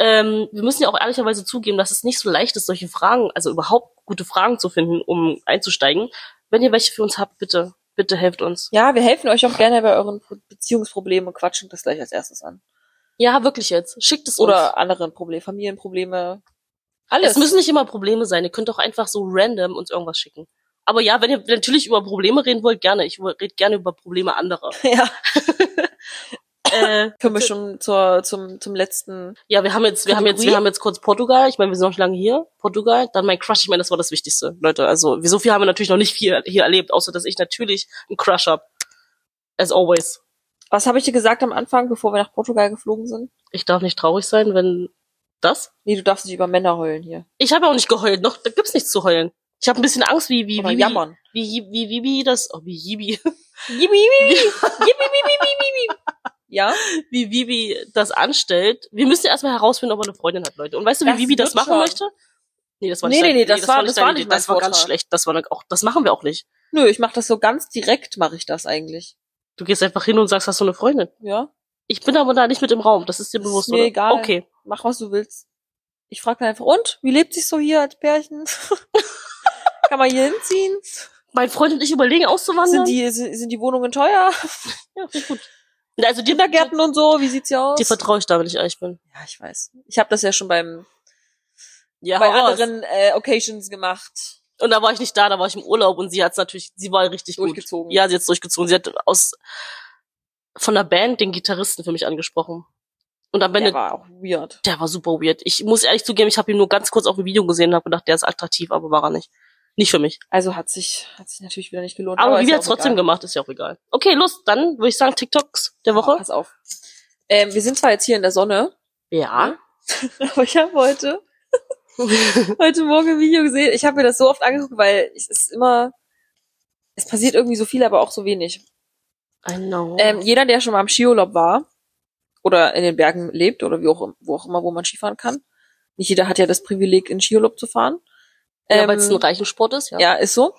[SPEAKER 1] Ähm, wir müssen ja auch ehrlicherweise zugeben, dass es nicht so leicht ist, solche Fragen, also überhaupt gute Fragen zu finden, um einzusteigen. Wenn ihr welche für uns habt, bitte, bitte helft uns.
[SPEAKER 2] ja, wir helfen euch auch gerne bei euren Pro- Beziehungsproblemen und quatschen das gleich als erstes an.
[SPEAKER 1] Ja, wirklich jetzt. Schickt es uns.
[SPEAKER 2] Oder anderen Probleme, Familienprobleme. Alles.
[SPEAKER 1] Es müssen nicht immer Probleme sein. Ihr könnt auch einfach so random uns irgendwas schicken. Aber ja, wenn ihr natürlich über Probleme reden wollt, gerne. Ich rede gerne über Probleme anderer.
[SPEAKER 2] ja.
[SPEAKER 1] Äh,
[SPEAKER 2] Können wir schon zur, zum, zum letzten.
[SPEAKER 1] ja, wir haben jetzt, wir haben jetzt, wir haben jetzt kurz Portugal. Ich meine, wir sind noch nicht lange hier. Portugal, dann mein Crush. Ich meine, das war das Wichtigste, Leute. Also, wir- so viel haben wir natürlich noch nicht viel hier erlebt, außer dass ich natürlich einen Crush hab. As always.
[SPEAKER 2] Was habe ich dir gesagt am Anfang, bevor wir nach Portugal geflogen sind?
[SPEAKER 1] Ich darf nicht traurig sein, wenn das.
[SPEAKER 2] Nee, du darfst nicht über Männer heulen hier.
[SPEAKER 1] Ich habe ja auch nicht geheult. Noch, da gibt's nichts zu heulen. Ich habe ein bisschen Angst, wie wie
[SPEAKER 2] Oder
[SPEAKER 1] wie wie,
[SPEAKER 2] jammern.
[SPEAKER 1] wie wie wie wie das, oh, wie Yibi,
[SPEAKER 2] Yibi, yibi, yibi, yibi, yibi, yibi, yibi. Ja,
[SPEAKER 1] wie Vivi das anstellt. Wir müssen ja erstmal herausfinden, ob er eine Freundin hat, Leute. Und weißt du, wie
[SPEAKER 2] Das
[SPEAKER 1] Vivi das
[SPEAKER 2] wird
[SPEAKER 1] machen
[SPEAKER 2] schon.
[SPEAKER 1] möchte? Nee, das war
[SPEAKER 2] Nee,
[SPEAKER 1] nicht
[SPEAKER 2] nee,
[SPEAKER 1] deine-
[SPEAKER 2] nee, das war- das
[SPEAKER 1] deine
[SPEAKER 2] war nicht
[SPEAKER 1] Idee.
[SPEAKER 2] mein
[SPEAKER 1] Das war ganz
[SPEAKER 2] Vorschlag.
[SPEAKER 1] schlecht. Das war dann auch, das machen wir auch nicht.
[SPEAKER 2] nö, ich mache das so ganz direkt, mache ich das eigentlich.
[SPEAKER 1] Du gehst einfach hin und sagst, hast du eine Freundin?
[SPEAKER 2] Ja, Ich
[SPEAKER 1] Ich bin aber da nicht mit im Raum. Das ist dir bewusst,
[SPEAKER 2] mir
[SPEAKER 1] oder?
[SPEAKER 2] egal.
[SPEAKER 1] Okay.
[SPEAKER 2] mach was du willst. Ich frage einfach, und wie lebt sich so hier als Pärchen? Kann man hier hinziehen?
[SPEAKER 1] Mein Freund und ich überlegen auszuwandern.
[SPEAKER 2] Sind die sind die Wohnungen teuer?
[SPEAKER 1] ja, finde ich gut. Na, Also dir, dir,
[SPEAKER 2] Kindergärten und so, wie sieht's hier aus?
[SPEAKER 1] dir vertraue ich da, wenn ich ehrlich bin.
[SPEAKER 2] ja, ich weiß. Ich habe das ja schon beim
[SPEAKER 1] Ja,
[SPEAKER 2] bei
[SPEAKER 1] hau raus.
[SPEAKER 2] anderen äh, Occasions gemacht.
[SPEAKER 1] Und da war ich nicht da, da war ich im Urlaub und sie hat's natürlich, sie war richtig gut.
[SPEAKER 2] Durchgezogen.
[SPEAKER 1] Ja, sie hat's durchgezogen. Sie hat aus von der Band den Gitarristen für mich angesprochen. Und am Ende,
[SPEAKER 2] Der war auch weird.
[SPEAKER 1] der war super weird. Ich muss ehrlich zugeben, ich habe ihn nur ganz kurz auf dem Video gesehen und habe gedacht, der ist attraktiv, aber war er nicht. Nicht für mich.
[SPEAKER 2] Also hat sich hat sich natürlich wieder nicht gelohnt.
[SPEAKER 1] Aber,
[SPEAKER 2] ist
[SPEAKER 1] wie
[SPEAKER 2] ja
[SPEAKER 1] wir es
[SPEAKER 2] auch
[SPEAKER 1] trotzdem
[SPEAKER 2] egal.
[SPEAKER 1] gemacht, ist ja auch egal. Okay, los, dann würde ich sagen, TikToks der Woche.
[SPEAKER 2] Pass auf. Ähm, wir sind zwar jetzt hier in der Sonne,
[SPEAKER 1] Ja.
[SPEAKER 2] aber ich habe heute heute Morgen ein Video gesehen. Ich habe mir das so oft angeguckt, weil es ist immer es passiert irgendwie so viel, aber auch so wenig.
[SPEAKER 1] I know.
[SPEAKER 2] Ähm, jeder, der schon mal im Skiurlaub war oder in den Bergen lebt oder wie auch, wo auch immer, wo man Skifahren kann. Nicht jeder hat ja das Privileg, in Skiurlaub zu fahren.
[SPEAKER 1] ja,
[SPEAKER 2] Ähm,
[SPEAKER 1] weil es ein reichen Sport ist, ja.
[SPEAKER 2] ja, ist so.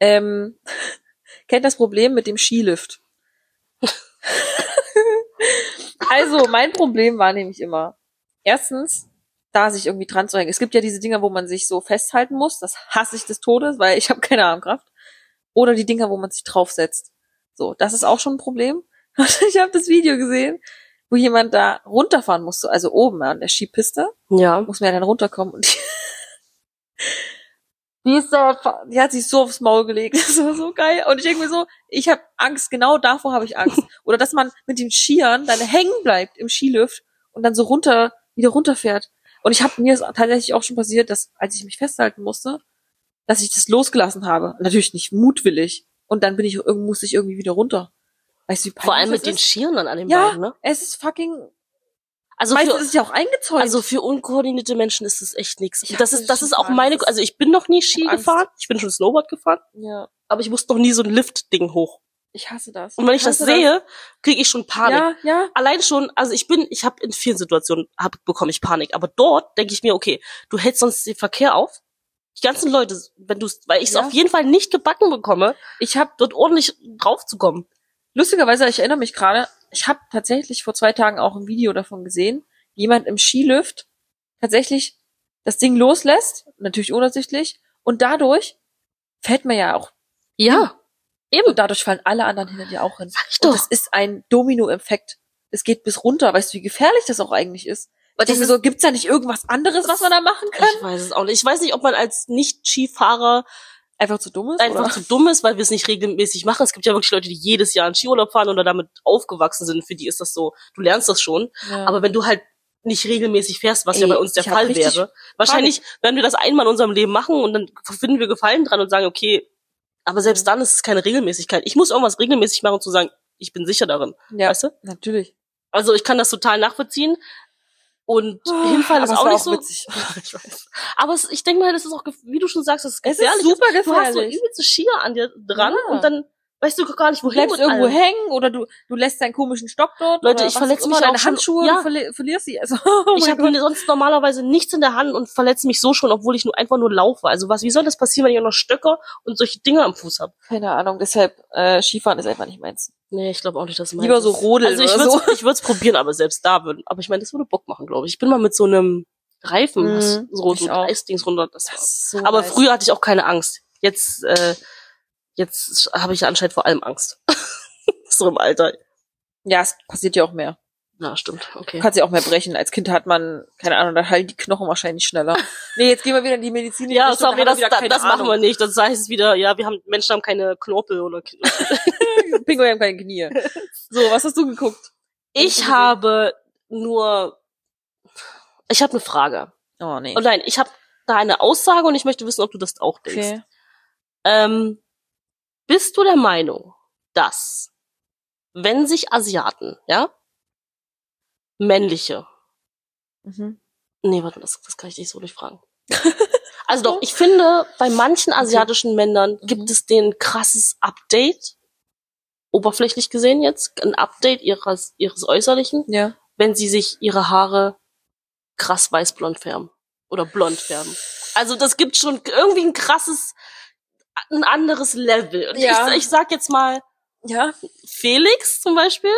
[SPEAKER 2] Ähm, kennt das Problem mit dem Skilift. also, mein Problem war nämlich immer, erstens, da sich irgendwie dran zu hängen. Es gibt ja diese Dinger, wo man sich so festhalten muss. Das hasse ich des Todes, weil ich habe keine Armkraft. Oder die Dinger, wo man sich draufsetzt. So, das ist auch schon ein Problem. Und ich habe das Video gesehen, wo jemand da runterfahren musste, also oben an der Skipiste
[SPEAKER 1] Ja.
[SPEAKER 2] muss man ja dann runterkommen und die, die ist da, die hat sich so aufs Maul gelegt. Das war so geil. Und ich denke mir so, ich habe Angst, genau davor habe ich Angst. Oder dass man mit dem Skiern dann hängen bleibt im Skilift und dann so runter, wieder runterfährt. Und ich habe mir ist tatsächlich auch schon passiert, dass als ich mich festhalten musste, dass ich das losgelassen habe. Natürlich nicht mutwillig. Und dann bin ich, irg- musste ich irgendwie wieder runter. Weißt du, wie peinlich
[SPEAKER 1] Vor allem
[SPEAKER 2] das
[SPEAKER 1] mit den
[SPEAKER 2] ist?
[SPEAKER 1] Schieren dann an den
[SPEAKER 2] Ja.
[SPEAKER 1] Beinen, ne?
[SPEAKER 2] Es ist fucking,
[SPEAKER 1] Also
[SPEAKER 2] meistens
[SPEAKER 1] für,
[SPEAKER 2] ist es ja auch eingezäunt.
[SPEAKER 1] also für unkoordinierte Menschen ist das echt nichts.
[SPEAKER 2] Ich hab
[SPEAKER 1] Das ist, das
[SPEAKER 2] richtig
[SPEAKER 1] ist auch
[SPEAKER 2] Angst.
[SPEAKER 1] meine, also ich bin noch nie Ski
[SPEAKER 2] Ich hab Angst.
[SPEAKER 1] gefahren, ich bin schon Snowboard gefahren,
[SPEAKER 2] ja,
[SPEAKER 1] aber ich musste noch nie so ein Lift-Ding hoch.
[SPEAKER 2] ich hasse das.
[SPEAKER 1] Und wenn ich das
[SPEAKER 2] hasse
[SPEAKER 1] sehe, kriege ich schon Panik.
[SPEAKER 2] Ja, ja.
[SPEAKER 1] Allein schon, also ich bin, ich habe in vielen Situationen hab, bekomme ich Panik, aber dort denke ich mir, okay, du hältst sonst den Verkehr auf. Die ganzen Leute, wenn du, weil ich es
[SPEAKER 2] Ja.
[SPEAKER 1] auf jeden Fall nicht gebacken bekomme,
[SPEAKER 2] Ich habe
[SPEAKER 1] dort ordentlich draufzukommen.
[SPEAKER 2] lustigerweise, ich erinnere mich gerade, ich habe tatsächlich vor zwei Tagen auch ein Video davon gesehen, wie jemand im Skilift tatsächlich das Ding loslässt, natürlich unabsichtlich, und dadurch fällt man ja auch.
[SPEAKER 1] Ja,
[SPEAKER 2] Eben. Dadurch fallen alle anderen hinter dir auch hin.
[SPEAKER 1] sag ich
[SPEAKER 2] Und
[SPEAKER 1] doch.
[SPEAKER 2] das ist ein Domino-Effekt. Es geht bis runter. Weißt du, wie gefährlich das auch eigentlich ist? Weil
[SPEAKER 1] Das
[SPEAKER 2] das so, gibt's da nicht irgendwas anderes, was man da machen kann?
[SPEAKER 1] Ich weiß es auch nicht. Ich weiß nicht, ob man als Nicht-Skifahrer
[SPEAKER 2] Einfach zu dumm ist?
[SPEAKER 1] einfach
[SPEAKER 2] oder?
[SPEAKER 1] zu dumm ist, weil wir es nicht regelmäßig machen. Es gibt ja wirklich Leute, die jedes Jahr einen Skiurlaub fahren oder damit aufgewachsen sind. Für die ist das so, du lernst das schon.
[SPEAKER 2] Ja.
[SPEAKER 1] Aber wenn du halt nicht regelmäßig fährst, was
[SPEAKER 2] Ey,
[SPEAKER 1] ja bei uns der
[SPEAKER 2] ich hab
[SPEAKER 1] Fall
[SPEAKER 2] richtig
[SPEAKER 1] wäre, wahrscheinlich werden wir das einmal in unserem Leben machen und dann finden wir Gefallen dran und sagen, okay, aber selbst
[SPEAKER 2] Mhm.
[SPEAKER 1] dann ist es keine Regelmäßigkeit. Ich muss irgendwas regelmäßig machen, um zu sagen, ich bin sicher darin.
[SPEAKER 2] ja,
[SPEAKER 1] Weißt du?
[SPEAKER 2] natürlich.
[SPEAKER 1] Also ich kann das total nachvollziehen. Und Hinfall
[SPEAKER 2] Ah, Aber
[SPEAKER 1] ist
[SPEAKER 2] es
[SPEAKER 1] auch
[SPEAKER 2] war
[SPEAKER 1] nicht so.
[SPEAKER 2] Witzig.
[SPEAKER 1] Ich weiß. Aber es, ich denke mal, das ist auch, gef- wie du schon sagst, das ist
[SPEAKER 2] Es
[SPEAKER 1] gefährlich. Also,
[SPEAKER 2] ist super gefährlich.
[SPEAKER 1] Du hast so übelste Skier an dir dran
[SPEAKER 2] Ja.
[SPEAKER 1] und dann weißt du gar nicht,
[SPEAKER 2] Du
[SPEAKER 1] wohin
[SPEAKER 2] bleibst
[SPEAKER 1] mit
[SPEAKER 2] irgendwo
[SPEAKER 1] allem.
[SPEAKER 2] hängen oder du, du lässt deinen komischen Stock dort.
[SPEAKER 1] Leute,
[SPEAKER 2] oder
[SPEAKER 1] ich
[SPEAKER 2] was
[SPEAKER 1] verletz
[SPEAKER 2] immer,
[SPEAKER 1] mich
[SPEAKER 2] deine
[SPEAKER 1] auch schon-
[SPEAKER 2] Handschuhe,
[SPEAKER 1] ja.
[SPEAKER 2] du verli verlierst sie. Also, oh
[SPEAKER 1] Ich
[SPEAKER 2] mein Gott.
[SPEAKER 1] habe sonst normalerweise nichts in der Hand und verletze mich so schon, obwohl ich nur einfach nur laufe. Also was, wie soll das passieren, wenn ich auch noch Stöcker und solche Dinge am Fuß habe?
[SPEAKER 2] keine Ahnung, deshalb äh, Skifahren ist einfach nicht meins.
[SPEAKER 1] Nee, ich glaube auch nicht, dass meins
[SPEAKER 2] Lieber so
[SPEAKER 1] ist.
[SPEAKER 2] rodeln
[SPEAKER 1] Also ich
[SPEAKER 2] oder
[SPEAKER 1] würde ich würd's probieren, aber selbst da würden. Aber ich meine, das würde Bock machen, glaube ich. Ich bin mal mit so einem Reifen,
[SPEAKER 2] Mhm,
[SPEAKER 1] was- so
[SPEAKER 2] ich
[SPEAKER 1] ein
[SPEAKER 2] auch.
[SPEAKER 1] Eisdings runter. Das war.
[SPEAKER 2] ist so
[SPEAKER 1] Aber
[SPEAKER 2] nice.
[SPEAKER 1] früher hatte ich auch keine Angst. Jetzt, äh, jetzt habe ich anscheinend vor allem Angst. so im Alter.
[SPEAKER 2] Ja, es passiert ja auch mehr.
[SPEAKER 1] Na, stimmt. Okay.
[SPEAKER 2] Du kannst ja auch mehr brechen. Als Kind hat man, keine Ahnung, da heilen die Knochen wahrscheinlich schneller. nee, jetzt gehen wir wieder in die Medizin.
[SPEAKER 1] Ja, sorry, das, das, das machen wir nicht. Das heißt es wieder, ja, wir haben Menschen haben keine Knorpel oder
[SPEAKER 2] nicht. Pinguin haben keine Knie. So, was hast du geguckt?
[SPEAKER 1] Ich habe nur, ich habe eine Frage.
[SPEAKER 2] Oh nee.
[SPEAKER 1] Oh nein, ich habe da eine Aussage und ich möchte wissen, ob du das auch denkst.
[SPEAKER 2] Okay.
[SPEAKER 1] Ähm, bist du der Meinung, dass wenn sich Asiaten, ja, männliche,
[SPEAKER 2] Mhm.
[SPEAKER 1] nee, warte, das, das kann ich dich so nicht fragen. also doch, ich finde, bei manchen asiatischen Männern
[SPEAKER 2] Mhm.
[SPEAKER 1] gibt es denen ein krasses Update, oberflächlich gesehen jetzt, ein Update ihres, ihres Äußerlichen,
[SPEAKER 2] Ja.
[SPEAKER 1] wenn sie sich ihre Haare krass weiß-blond färben oder blond färben. Also das gibt schon irgendwie ein krasses, ein anderes Level. Und
[SPEAKER 2] Ja.
[SPEAKER 1] ich, ich sag jetzt mal
[SPEAKER 2] Ja.
[SPEAKER 1] Felix zum Beispiel.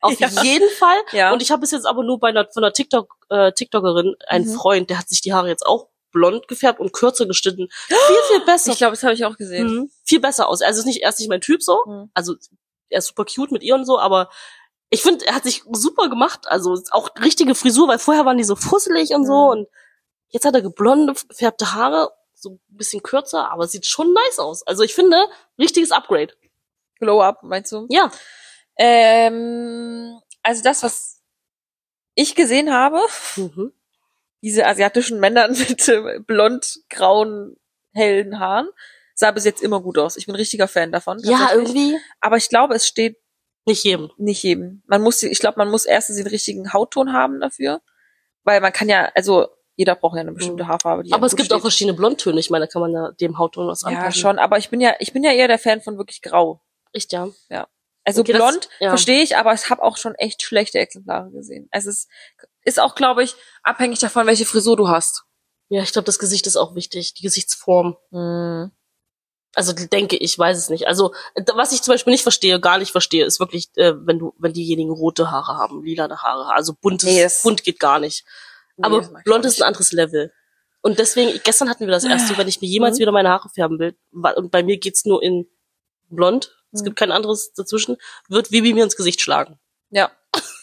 [SPEAKER 1] Auf
[SPEAKER 2] Ja.
[SPEAKER 1] jeden Fall.
[SPEAKER 2] Ja.
[SPEAKER 1] Und ich habe es jetzt aber nur bei einer, von einer TikTok, äh, TikTokerin, einen
[SPEAKER 2] Mhm.
[SPEAKER 1] Freund, der hat sich die Haare jetzt auch blond gefärbt und kürzer geschnitten. Viel, viel besser.
[SPEAKER 2] ich glaube, das habe ich auch gesehen.
[SPEAKER 1] Mhm. Viel besser aus. Also ist nicht, er ist nicht mein Typ so.
[SPEAKER 2] Mhm.
[SPEAKER 1] Also er ist super cute mit ihr und so, aber ich finde, er hat sich super gemacht. Also ist auch richtige Frisur, weil vorher waren die so fusselig und so
[SPEAKER 2] Mhm.
[SPEAKER 1] und jetzt hat er geblonde, gefärbte Haare, so ein bisschen kürzer, aber sieht schon nice aus. Also ich finde, richtiges Upgrade.
[SPEAKER 2] Glow up, meinst du?
[SPEAKER 1] Ja.
[SPEAKER 2] Ähm, also das, was ich gesehen habe,
[SPEAKER 1] Mhm.
[SPEAKER 2] diese asiatischen Männer mit äh, blond, grauen, hellen Haaren, sah bis jetzt immer gut aus. Ich bin richtiger Fan davon.
[SPEAKER 1] Ja,
[SPEAKER 2] tatsächlich.
[SPEAKER 1] irgendwie
[SPEAKER 2] Aber ich glaube, es steht
[SPEAKER 1] nicht jedem.
[SPEAKER 2] nicht jedem. Man muss, ich glaube, man muss erstens den richtigen Hautton haben dafür, weil man kann ja, also jeder braucht ja eine bestimmte Haarfarbe. Die
[SPEAKER 1] Mhm. aber es
[SPEAKER 2] einem
[SPEAKER 1] gibt
[SPEAKER 2] gut
[SPEAKER 1] auch verschiedene Blondtöne. Ich meine, da kann man ja dem Hautton was
[SPEAKER 2] steht.
[SPEAKER 1] anpassen.
[SPEAKER 2] ja schon. Aber ich bin ja, ich bin ja eher der Fan von wirklich grau.
[SPEAKER 1] Echt, ja.
[SPEAKER 2] Also
[SPEAKER 1] Okay, das-
[SPEAKER 2] blond
[SPEAKER 1] ja.
[SPEAKER 2] verstehe ich, aber ich habe auch schon echt schlechte Exemplare gesehen. Es ist, ist auch, glaube ich, abhängig davon, welche Frisur du hast.
[SPEAKER 1] Ja, ich glaube, das Gesicht ist auch wichtig. Die Gesichtsform.
[SPEAKER 2] Hm.
[SPEAKER 1] Also denke ich, weiß es nicht. Also d- was ich zum Beispiel nicht verstehe, gar nicht verstehe, ist wirklich, äh, wenn du, wenn diejenigen rote Haare haben, lilane Haare, also buntes,
[SPEAKER 2] Nee, das-
[SPEAKER 1] bunt geht gar nicht.
[SPEAKER 2] Nee,
[SPEAKER 1] Aber
[SPEAKER 2] das mag ich
[SPEAKER 1] blond
[SPEAKER 2] auch
[SPEAKER 1] ist ein anderes Level. Und deswegen, gestern hatten wir das erst so, wenn ich mir jemals
[SPEAKER 2] Mhm.
[SPEAKER 1] wieder meine Haare färben will, wa- und bei mir geht's nur in blond, es
[SPEAKER 2] Mhm.
[SPEAKER 1] gibt kein anderes dazwischen, wird Vivi mir ins Gesicht schlagen.
[SPEAKER 2] Ja.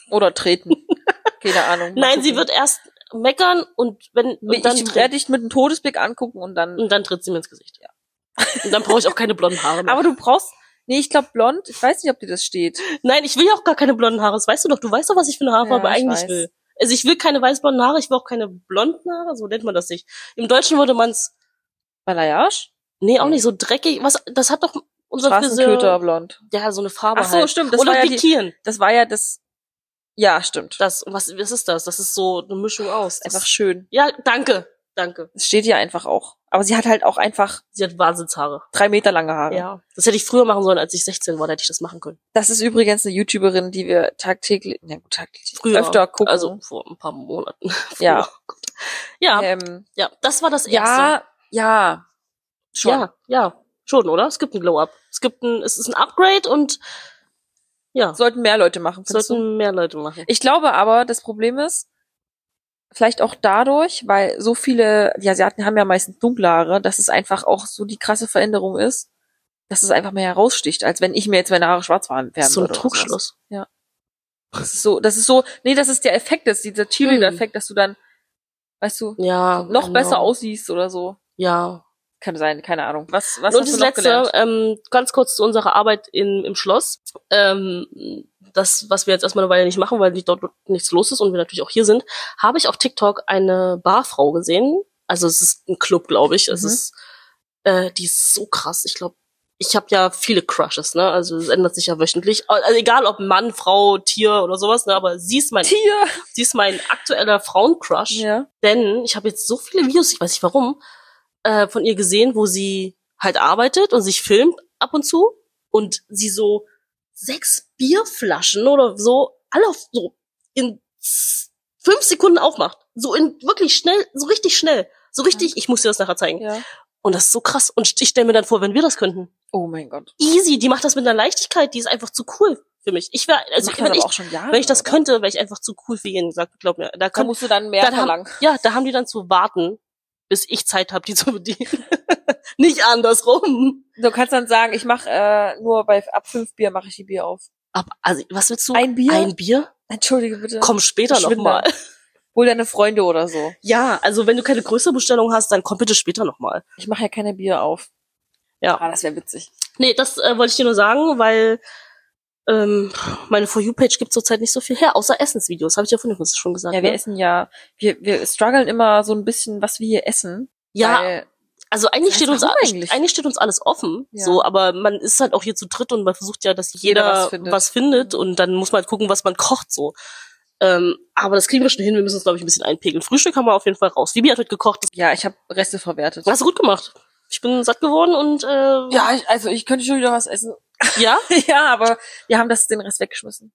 [SPEAKER 2] Oder treten. Keine Ahnung. Mal
[SPEAKER 1] Nein, sie
[SPEAKER 2] gucken.
[SPEAKER 1] wird erst meckern und wenn, und dann,
[SPEAKER 2] ich
[SPEAKER 1] tritt,
[SPEAKER 2] werde dich mit einem Todesblick angucken und dann.
[SPEAKER 1] und dann tritt sie mir ins Gesicht. Und dann brauche ich auch keine blonden Haare mehr.
[SPEAKER 2] Aber du brauchst. Nee, ich glaube blond. Ich weiß nicht, ob dir das steht.
[SPEAKER 1] Nein, ich will ja auch gar keine blonden Haare. Das weißt du doch. Du weißt doch, was ich für eine Haarfarbe
[SPEAKER 2] Ja, ich
[SPEAKER 1] eigentlich
[SPEAKER 2] weiß.
[SPEAKER 1] will. Also ich will keine weiß-blonden Haare, ich will auch keine blonden Haare, so nennt man das nicht. Im Deutschen würde man's,
[SPEAKER 2] Balayage?
[SPEAKER 1] nee, auch
[SPEAKER 2] Nee.
[SPEAKER 1] nicht so dreckig. Was, das hat doch unser
[SPEAKER 2] Straßenköter
[SPEAKER 1] Friseur,
[SPEAKER 2] blond.
[SPEAKER 1] ja, so eine Farbe
[SPEAKER 2] Ach so,
[SPEAKER 1] halt.
[SPEAKER 2] stimmt. Das
[SPEAKER 1] Oder
[SPEAKER 2] war, ja die,
[SPEAKER 1] pikieren.
[SPEAKER 2] das war ja das. Ja, stimmt.
[SPEAKER 1] das, was, was ist das? Das ist so eine Mischung aus.
[SPEAKER 2] einfach
[SPEAKER 1] Das,
[SPEAKER 2] schön.
[SPEAKER 1] ja, danke, danke.
[SPEAKER 2] Es steht ja einfach auch. Aber sie hat halt auch einfach
[SPEAKER 1] Sie hat Wahnsinnshaare.
[SPEAKER 2] drei Meter lange Haare.
[SPEAKER 1] Ja. Das hätte ich früher machen sollen, als ich 16 war, da hätte ich das machen können.
[SPEAKER 2] Das ist übrigens eine YouTuberin, die wir tagtäglich, na gut, tagtäglich,
[SPEAKER 1] Früher.
[SPEAKER 2] öfter gucken.
[SPEAKER 1] Also vor ein paar Monaten. Oh
[SPEAKER 2] ja,
[SPEAKER 1] Ja,
[SPEAKER 2] ähm,
[SPEAKER 1] Äh, ja, das war das erste.
[SPEAKER 2] ja, ja, schon.
[SPEAKER 1] Ja, ja, schon, oder? Es gibt ein Glow-Up. Es gibt ein, es ist ein Upgrade und ja,
[SPEAKER 2] Sollten mehr Leute machen, findest du?
[SPEAKER 1] sollten mehr Leute machen.
[SPEAKER 2] Ich glaube aber, das Problem ist, vielleicht auch dadurch, weil so viele, die Asiaten haben ja meistens dunkle Haare, dass es einfach auch so die krasse Veränderung ist, dass es einfach mehr heraussticht, als wenn ich mir jetzt meine Haare schwarz färben
[SPEAKER 1] Das
[SPEAKER 2] würde.
[SPEAKER 1] ist so ein
[SPEAKER 2] oder sowas.
[SPEAKER 1] Trugschluss.
[SPEAKER 2] Das ist so, das ist so, nee, das ist der Effekt, das ist dieser Cheerleader-Effekt, dass du dann, weißt du,
[SPEAKER 1] Hm. Ja,
[SPEAKER 2] noch
[SPEAKER 1] genau.
[SPEAKER 2] besser aussiehst oder so.
[SPEAKER 1] Ja.
[SPEAKER 2] Kann sein, keine Ahnung. Was, was
[SPEAKER 1] und
[SPEAKER 2] hast
[SPEAKER 1] das
[SPEAKER 2] du noch
[SPEAKER 1] letzte,
[SPEAKER 2] gelernt?
[SPEAKER 1] ähm, ganz kurz zu unserer Arbeit in, im Schloss. Ähm, das, was wir jetzt erstmal eine Weile nicht machen, weil dort nichts los ist und wir natürlich auch hier sind, habe ich auf TikTok eine Barfrau gesehen. Also es ist ein Club, glaube ich. Es
[SPEAKER 2] Mhm.
[SPEAKER 1] ist, äh, die ist so krass. Ich glaube, ich habe ja viele Crushes, ne? Also es ändert sich ja wöchentlich. Also egal ob Mann, Frau, Tier oder sowas, ne? Aber sie ist mein,
[SPEAKER 2] Tier!
[SPEAKER 1] sie ist mein aktueller Frauencrush.
[SPEAKER 2] Ja.
[SPEAKER 1] Denn ich habe jetzt so viele Videos, ich weiß nicht warum, äh, von ihr gesehen, wo sie halt arbeitet und sich filmt ab und zu und sie so sechs Bierflaschen oder so alle auf, so in z- fünf Sekunden aufmacht. So in wirklich schnell, so richtig schnell. So richtig, ich muss dir das nachher zeigen.
[SPEAKER 2] ja.
[SPEAKER 1] Und das ist so krass. Und ich stelle mir dann vor, wenn wir das könnten.
[SPEAKER 2] Oh mein Gott.
[SPEAKER 1] Easy, die macht das mit einer Leichtigkeit, die ist einfach zu cool für mich. Ich wäre, also
[SPEAKER 2] Macht man
[SPEAKER 1] wenn
[SPEAKER 2] aber
[SPEAKER 1] ich,
[SPEAKER 2] auch schon Jahre,
[SPEAKER 1] wenn ich das
[SPEAKER 2] oder?
[SPEAKER 1] könnte, wäre ich einfach zu cool für jeden. Sag, glaub mir, da
[SPEAKER 2] Da
[SPEAKER 1] könnte
[SPEAKER 2] musst du dann mehr
[SPEAKER 1] dann haben-
[SPEAKER 2] verlangen.
[SPEAKER 1] ja, da haben die dann zu warten, bis ich Zeit habe, die zu bedienen. Nicht andersrum.
[SPEAKER 2] Du kannst dann sagen, ich mache äh, nur bei ab fünf Bier mache ich die Bier auf.
[SPEAKER 1] Aber, also, was willst du?
[SPEAKER 2] Ein Bier?
[SPEAKER 1] Ein Bier?
[SPEAKER 2] Entschuldige bitte.
[SPEAKER 1] Komm später
[SPEAKER 2] Verschwinde.
[SPEAKER 1] nochmal.
[SPEAKER 2] Hol deine Freunde oder so.
[SPEAKER 1] Ja, also wenn du keine größere Bestellung hast, dann komm bitte später nochmal.
[SPEAKER 2] Ich mache ja keine Bier auf.
[SPEAKER 1] Ja.
[SPEAKER 2] Ah, das wäre witzig.
[SPEAKER 1] Nee, das äh, wollte ich dir nur sagen, weil ähm, meine For You-Page gibt zurzeit nicht so viel her, außer Essensvideos, habe ich ja vorhin schon gesagt.
[SPEAKER 2] Ja, wir
[SPEAKER 1] ne?
[SPEAKER 2] essen ja, wir, wir strugglen immer so ein bisschen, was wir hier essen.
[SPEAKER 1] ja
[SPEAKER 2] weil-
[SPEAKER 1] also eigentlich
[SPEAKER 2] Was
[SPEAKER 1] steht, uns,
[SPEAKER 2] warum
[SPEAKER 1] a-
[SPEAKER 2] eigentlich?
[SPEAKER 1] eigentlich steht uns alles offen,
[SPEAKER 2] Ja.
[SPEAKER 1] so, aber man ist halt auch hier zu dritt und man versucht ja, dass jeder,
[SPEAKER 2] Jeder
[SPEAKER 1] was,
[SPEAKER 2] was
[SPEAKER 1] findet.
[SPEAKER 2] findet. Mhm.
[SPEAKER 1] und dann muss man halt gucken, was man kocht, so. Ähm, aber das kriegen wir schon hin, wir müssen uns, glaube ich, ein bisschen einpegeln. Frühstück haben wir auf jeden Fall raus. Bibi hat heute gekocht,
[SPEAKER 2] ja, ich habe Reste verwertet.
[SPEAKER 1] das hast du gut gemacht. Ich bin satt geworden und, äh,
[SPEAKER 2] Ja, ich, also ich könnte schon wieder was essen.
[SPEAKER 1] ja?
[SPEAKER 2] ja, aber wir haben das den Rest weggeschmissen.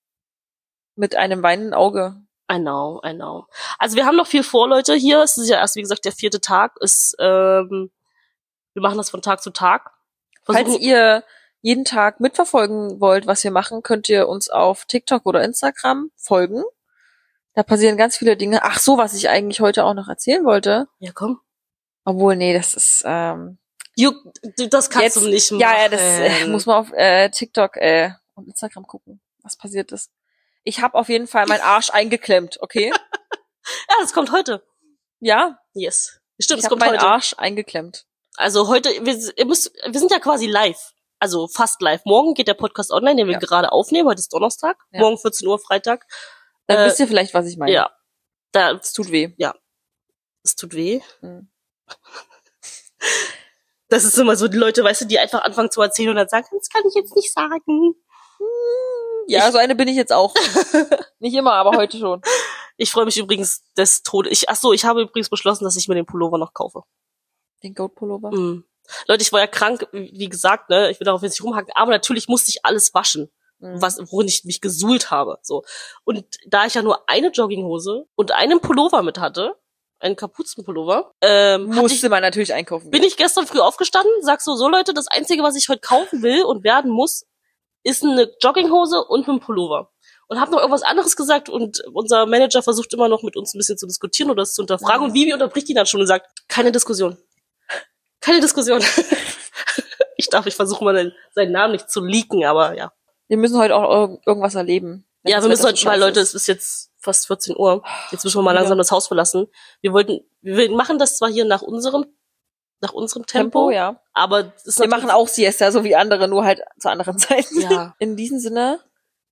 [SPEAKER 2] Mit einem weinenden Auge.
[SPEAKER 1] I know, I know. Also wir haben noch viel vor, Leute, hier. Es ist ja erst, wie gesagt, der vierte Tag. Ist, ähm, wir machen das von Tag zu Tag.
[SPEAKER 2] Falls ihr jeden Tag mitverfolgen wollt, was wir machen, könnt ihr uns auf TikTok oder Instagram folgen. Da passieren ganz viele Dinge. Ach so, was ich eigentlich heute auch noch erzählen wollte.
[SPEAKER 1] ja, komm.
[SPEAKER 2] Obwohl, nee, das ist. Ähm,
[SPEAKER 1] You, du- das kannst
[SPEAKER 2] Jetzt-
[SPEAKER 1] du nicht machen.
[SPEAKER 2] ja, ja, das äh, muss man auf äh, TikTok äh, und Instagram gucken, was passiert ist. Ich habe auf jeden Fall meinen Arsch eingeklemmt, okay?
[SPEAKER 1] Ja, das kommt heute.
[SPEAKER 2] Ja,
[SPEAKER 1] Yes. Stimmt,
[SPEAKER 2] ich
[SPEAKER 1] das
[SPEAKER 2] habe
[SPEAKER 1] kommt
[SPEAKER 2] meinen
[SPEAKER 1] heute.
[SPEAKER 2] Arsch eingeklemmt.
[SPEAKER 1] Also heute, wir, ihr müsst, wir sind ja quasi live. Also fast live. Morgen geht der Podcast online, den wir
[SPEAKER 2] Ja.
[SPEAKER 1] gerade aufnehmen. Heute ist Donnerstag.
[SPEAKER 2] Ja.
[SPEAKER 1] Morgen 14 Uhr, Freitag.
[SPEAKER 2] Dann
[SPEAKER 1] Äh,
[SPEAKER 2] wisst ihr vielleicht, was ich meine.
[SPEAKER 1] Ja. Da,
[SPEAKER 2] Es tut weh.
[SPEAKER 1] es tut weh.
[SPEAKER 2] Mhm.
[SPEAKER 1] Das ist immer so die Leute, weißt du, die einfach anfangen zu erzählen und dann sagen, das kann ich jetzt nicht sagen.
[SPEAKER 2] Ja, so eine bin ich jetzt auch. Nicht immer, aber heute schon.
[SPEAKER 1] Ich freue mich übrigens des Todes. Ich, ach so, ich habe übrigens beschlossen, dass ich mir den Pullover noch kaufe.
[SPEAKER 2] Den Goat Pullover.
[SPEAKER 1] Mhm. Leute, ich war ja krank, wie gesagt, ne? Ich will darauf jetzt nicht rumhacken, aber natürlich musste ich alles waschen,
[SPEAKER 2] Mhm.
[SPEAKER 1] was, worin ich mich gesuhlt habe. So. Und da ich ja nur eine Jogginghose und einen Pullover mit hatte, einen Kapuzenpullover, ähm, hatte ich
[SPEAKER 2] Musste man natürlich einkaufen.
[SPEAKER 1] bin ich gestern früh aufgestanden, sag so, so Leute, das Einzige, was ich heute kaufen will und werden muss, ist eine Jogginghose und ein Pullover. Und hab noch irgendwas anderes gesagt und unser Manager versucht immer noch mit uns ein bisschen zu diskutieren oder es zu hinterfragen.
[SPEAKER 2] Mhm.
[SPEAKER 1] Und Vivi unterbricht ihn dann schon und sagt, keine Diskussion. Keine Diskussion. ich darf, ich versuche mal seinen, seinen Namen nicht zu leaken, aber ja.
[SPEAKER 2] Wir müssen heute auch irg- irgendwas erleben. Wenn
[SPEAKER 1] Ja,
[SPEAKER 2] das
[SPEAKER 1] wir müssen
[SPEAKER 2] Wetter
[SPEAKER 1] heute
[SPEAKER 2] so
[SPEAKER 1] mal,
[SPEAKER 2] scheiße
[SPEAKER 1] Leute,
[SPEAKER 2] ist.
[SPEAKER 1] es ist jetzt fast 14 Uhr. Jetzt müssen wir mal
[SPEAKER 2] Ja.
[SPEAKER 1] langsam das Haus verlassen. Wir wollten, wir machen das zwar hier nach unserem, nach unserem Tempo,
[SPEAKER 2] Tempo, ja.
[SPEAKER 1] aber es ist
[SPEAKER 2] Wir
[SPEAKER 1] natürlich-
[SPEAKER 2] machen auch Siesta, so wie andere, nur halt zu anderen Zeiten.
[SPEAKER 1] Ja.
[SPEAKER 2] In diesem Sinne,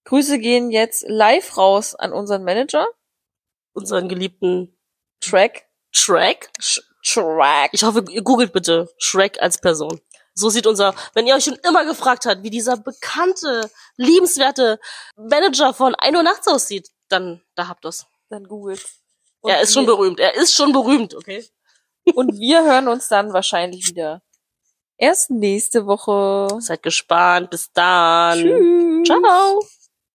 [SPEAKER 2] Grüße gehen jetzt live raus an unseren Manager.
[SPEAKER 1] unseren geliebten
[SPEAKER 2] Track.
[SPEAKER 1] Shrek.
[SPEAKER 2] Track.
[SPEAKER 1] Ich hoffe, ihr googelt bitte Shrek als Person. So sieht unser, wenn ihr euch schon immer gefragt habt, wie dieser bekannte, liebenswerte Manager von 1 Uhr nachts aussieht, dann da habt ihr's.
[SPEAKER 2] Dann googelt.
[SPEAKER 1] Er ist schon
[SPEAKER 2] wir,
[SPEAKER 1] berühmt. Er ist schon berühmt, okay?
[SPEAKER 2] Und wir hören uns dann wahrscheinlich wieder. Erst nächste Woche.
[SPEAKER 1] Seid gespannt. Bis dann.
[SPEAKER 2] Tschüss.
[SPEAKER 1] Ciao.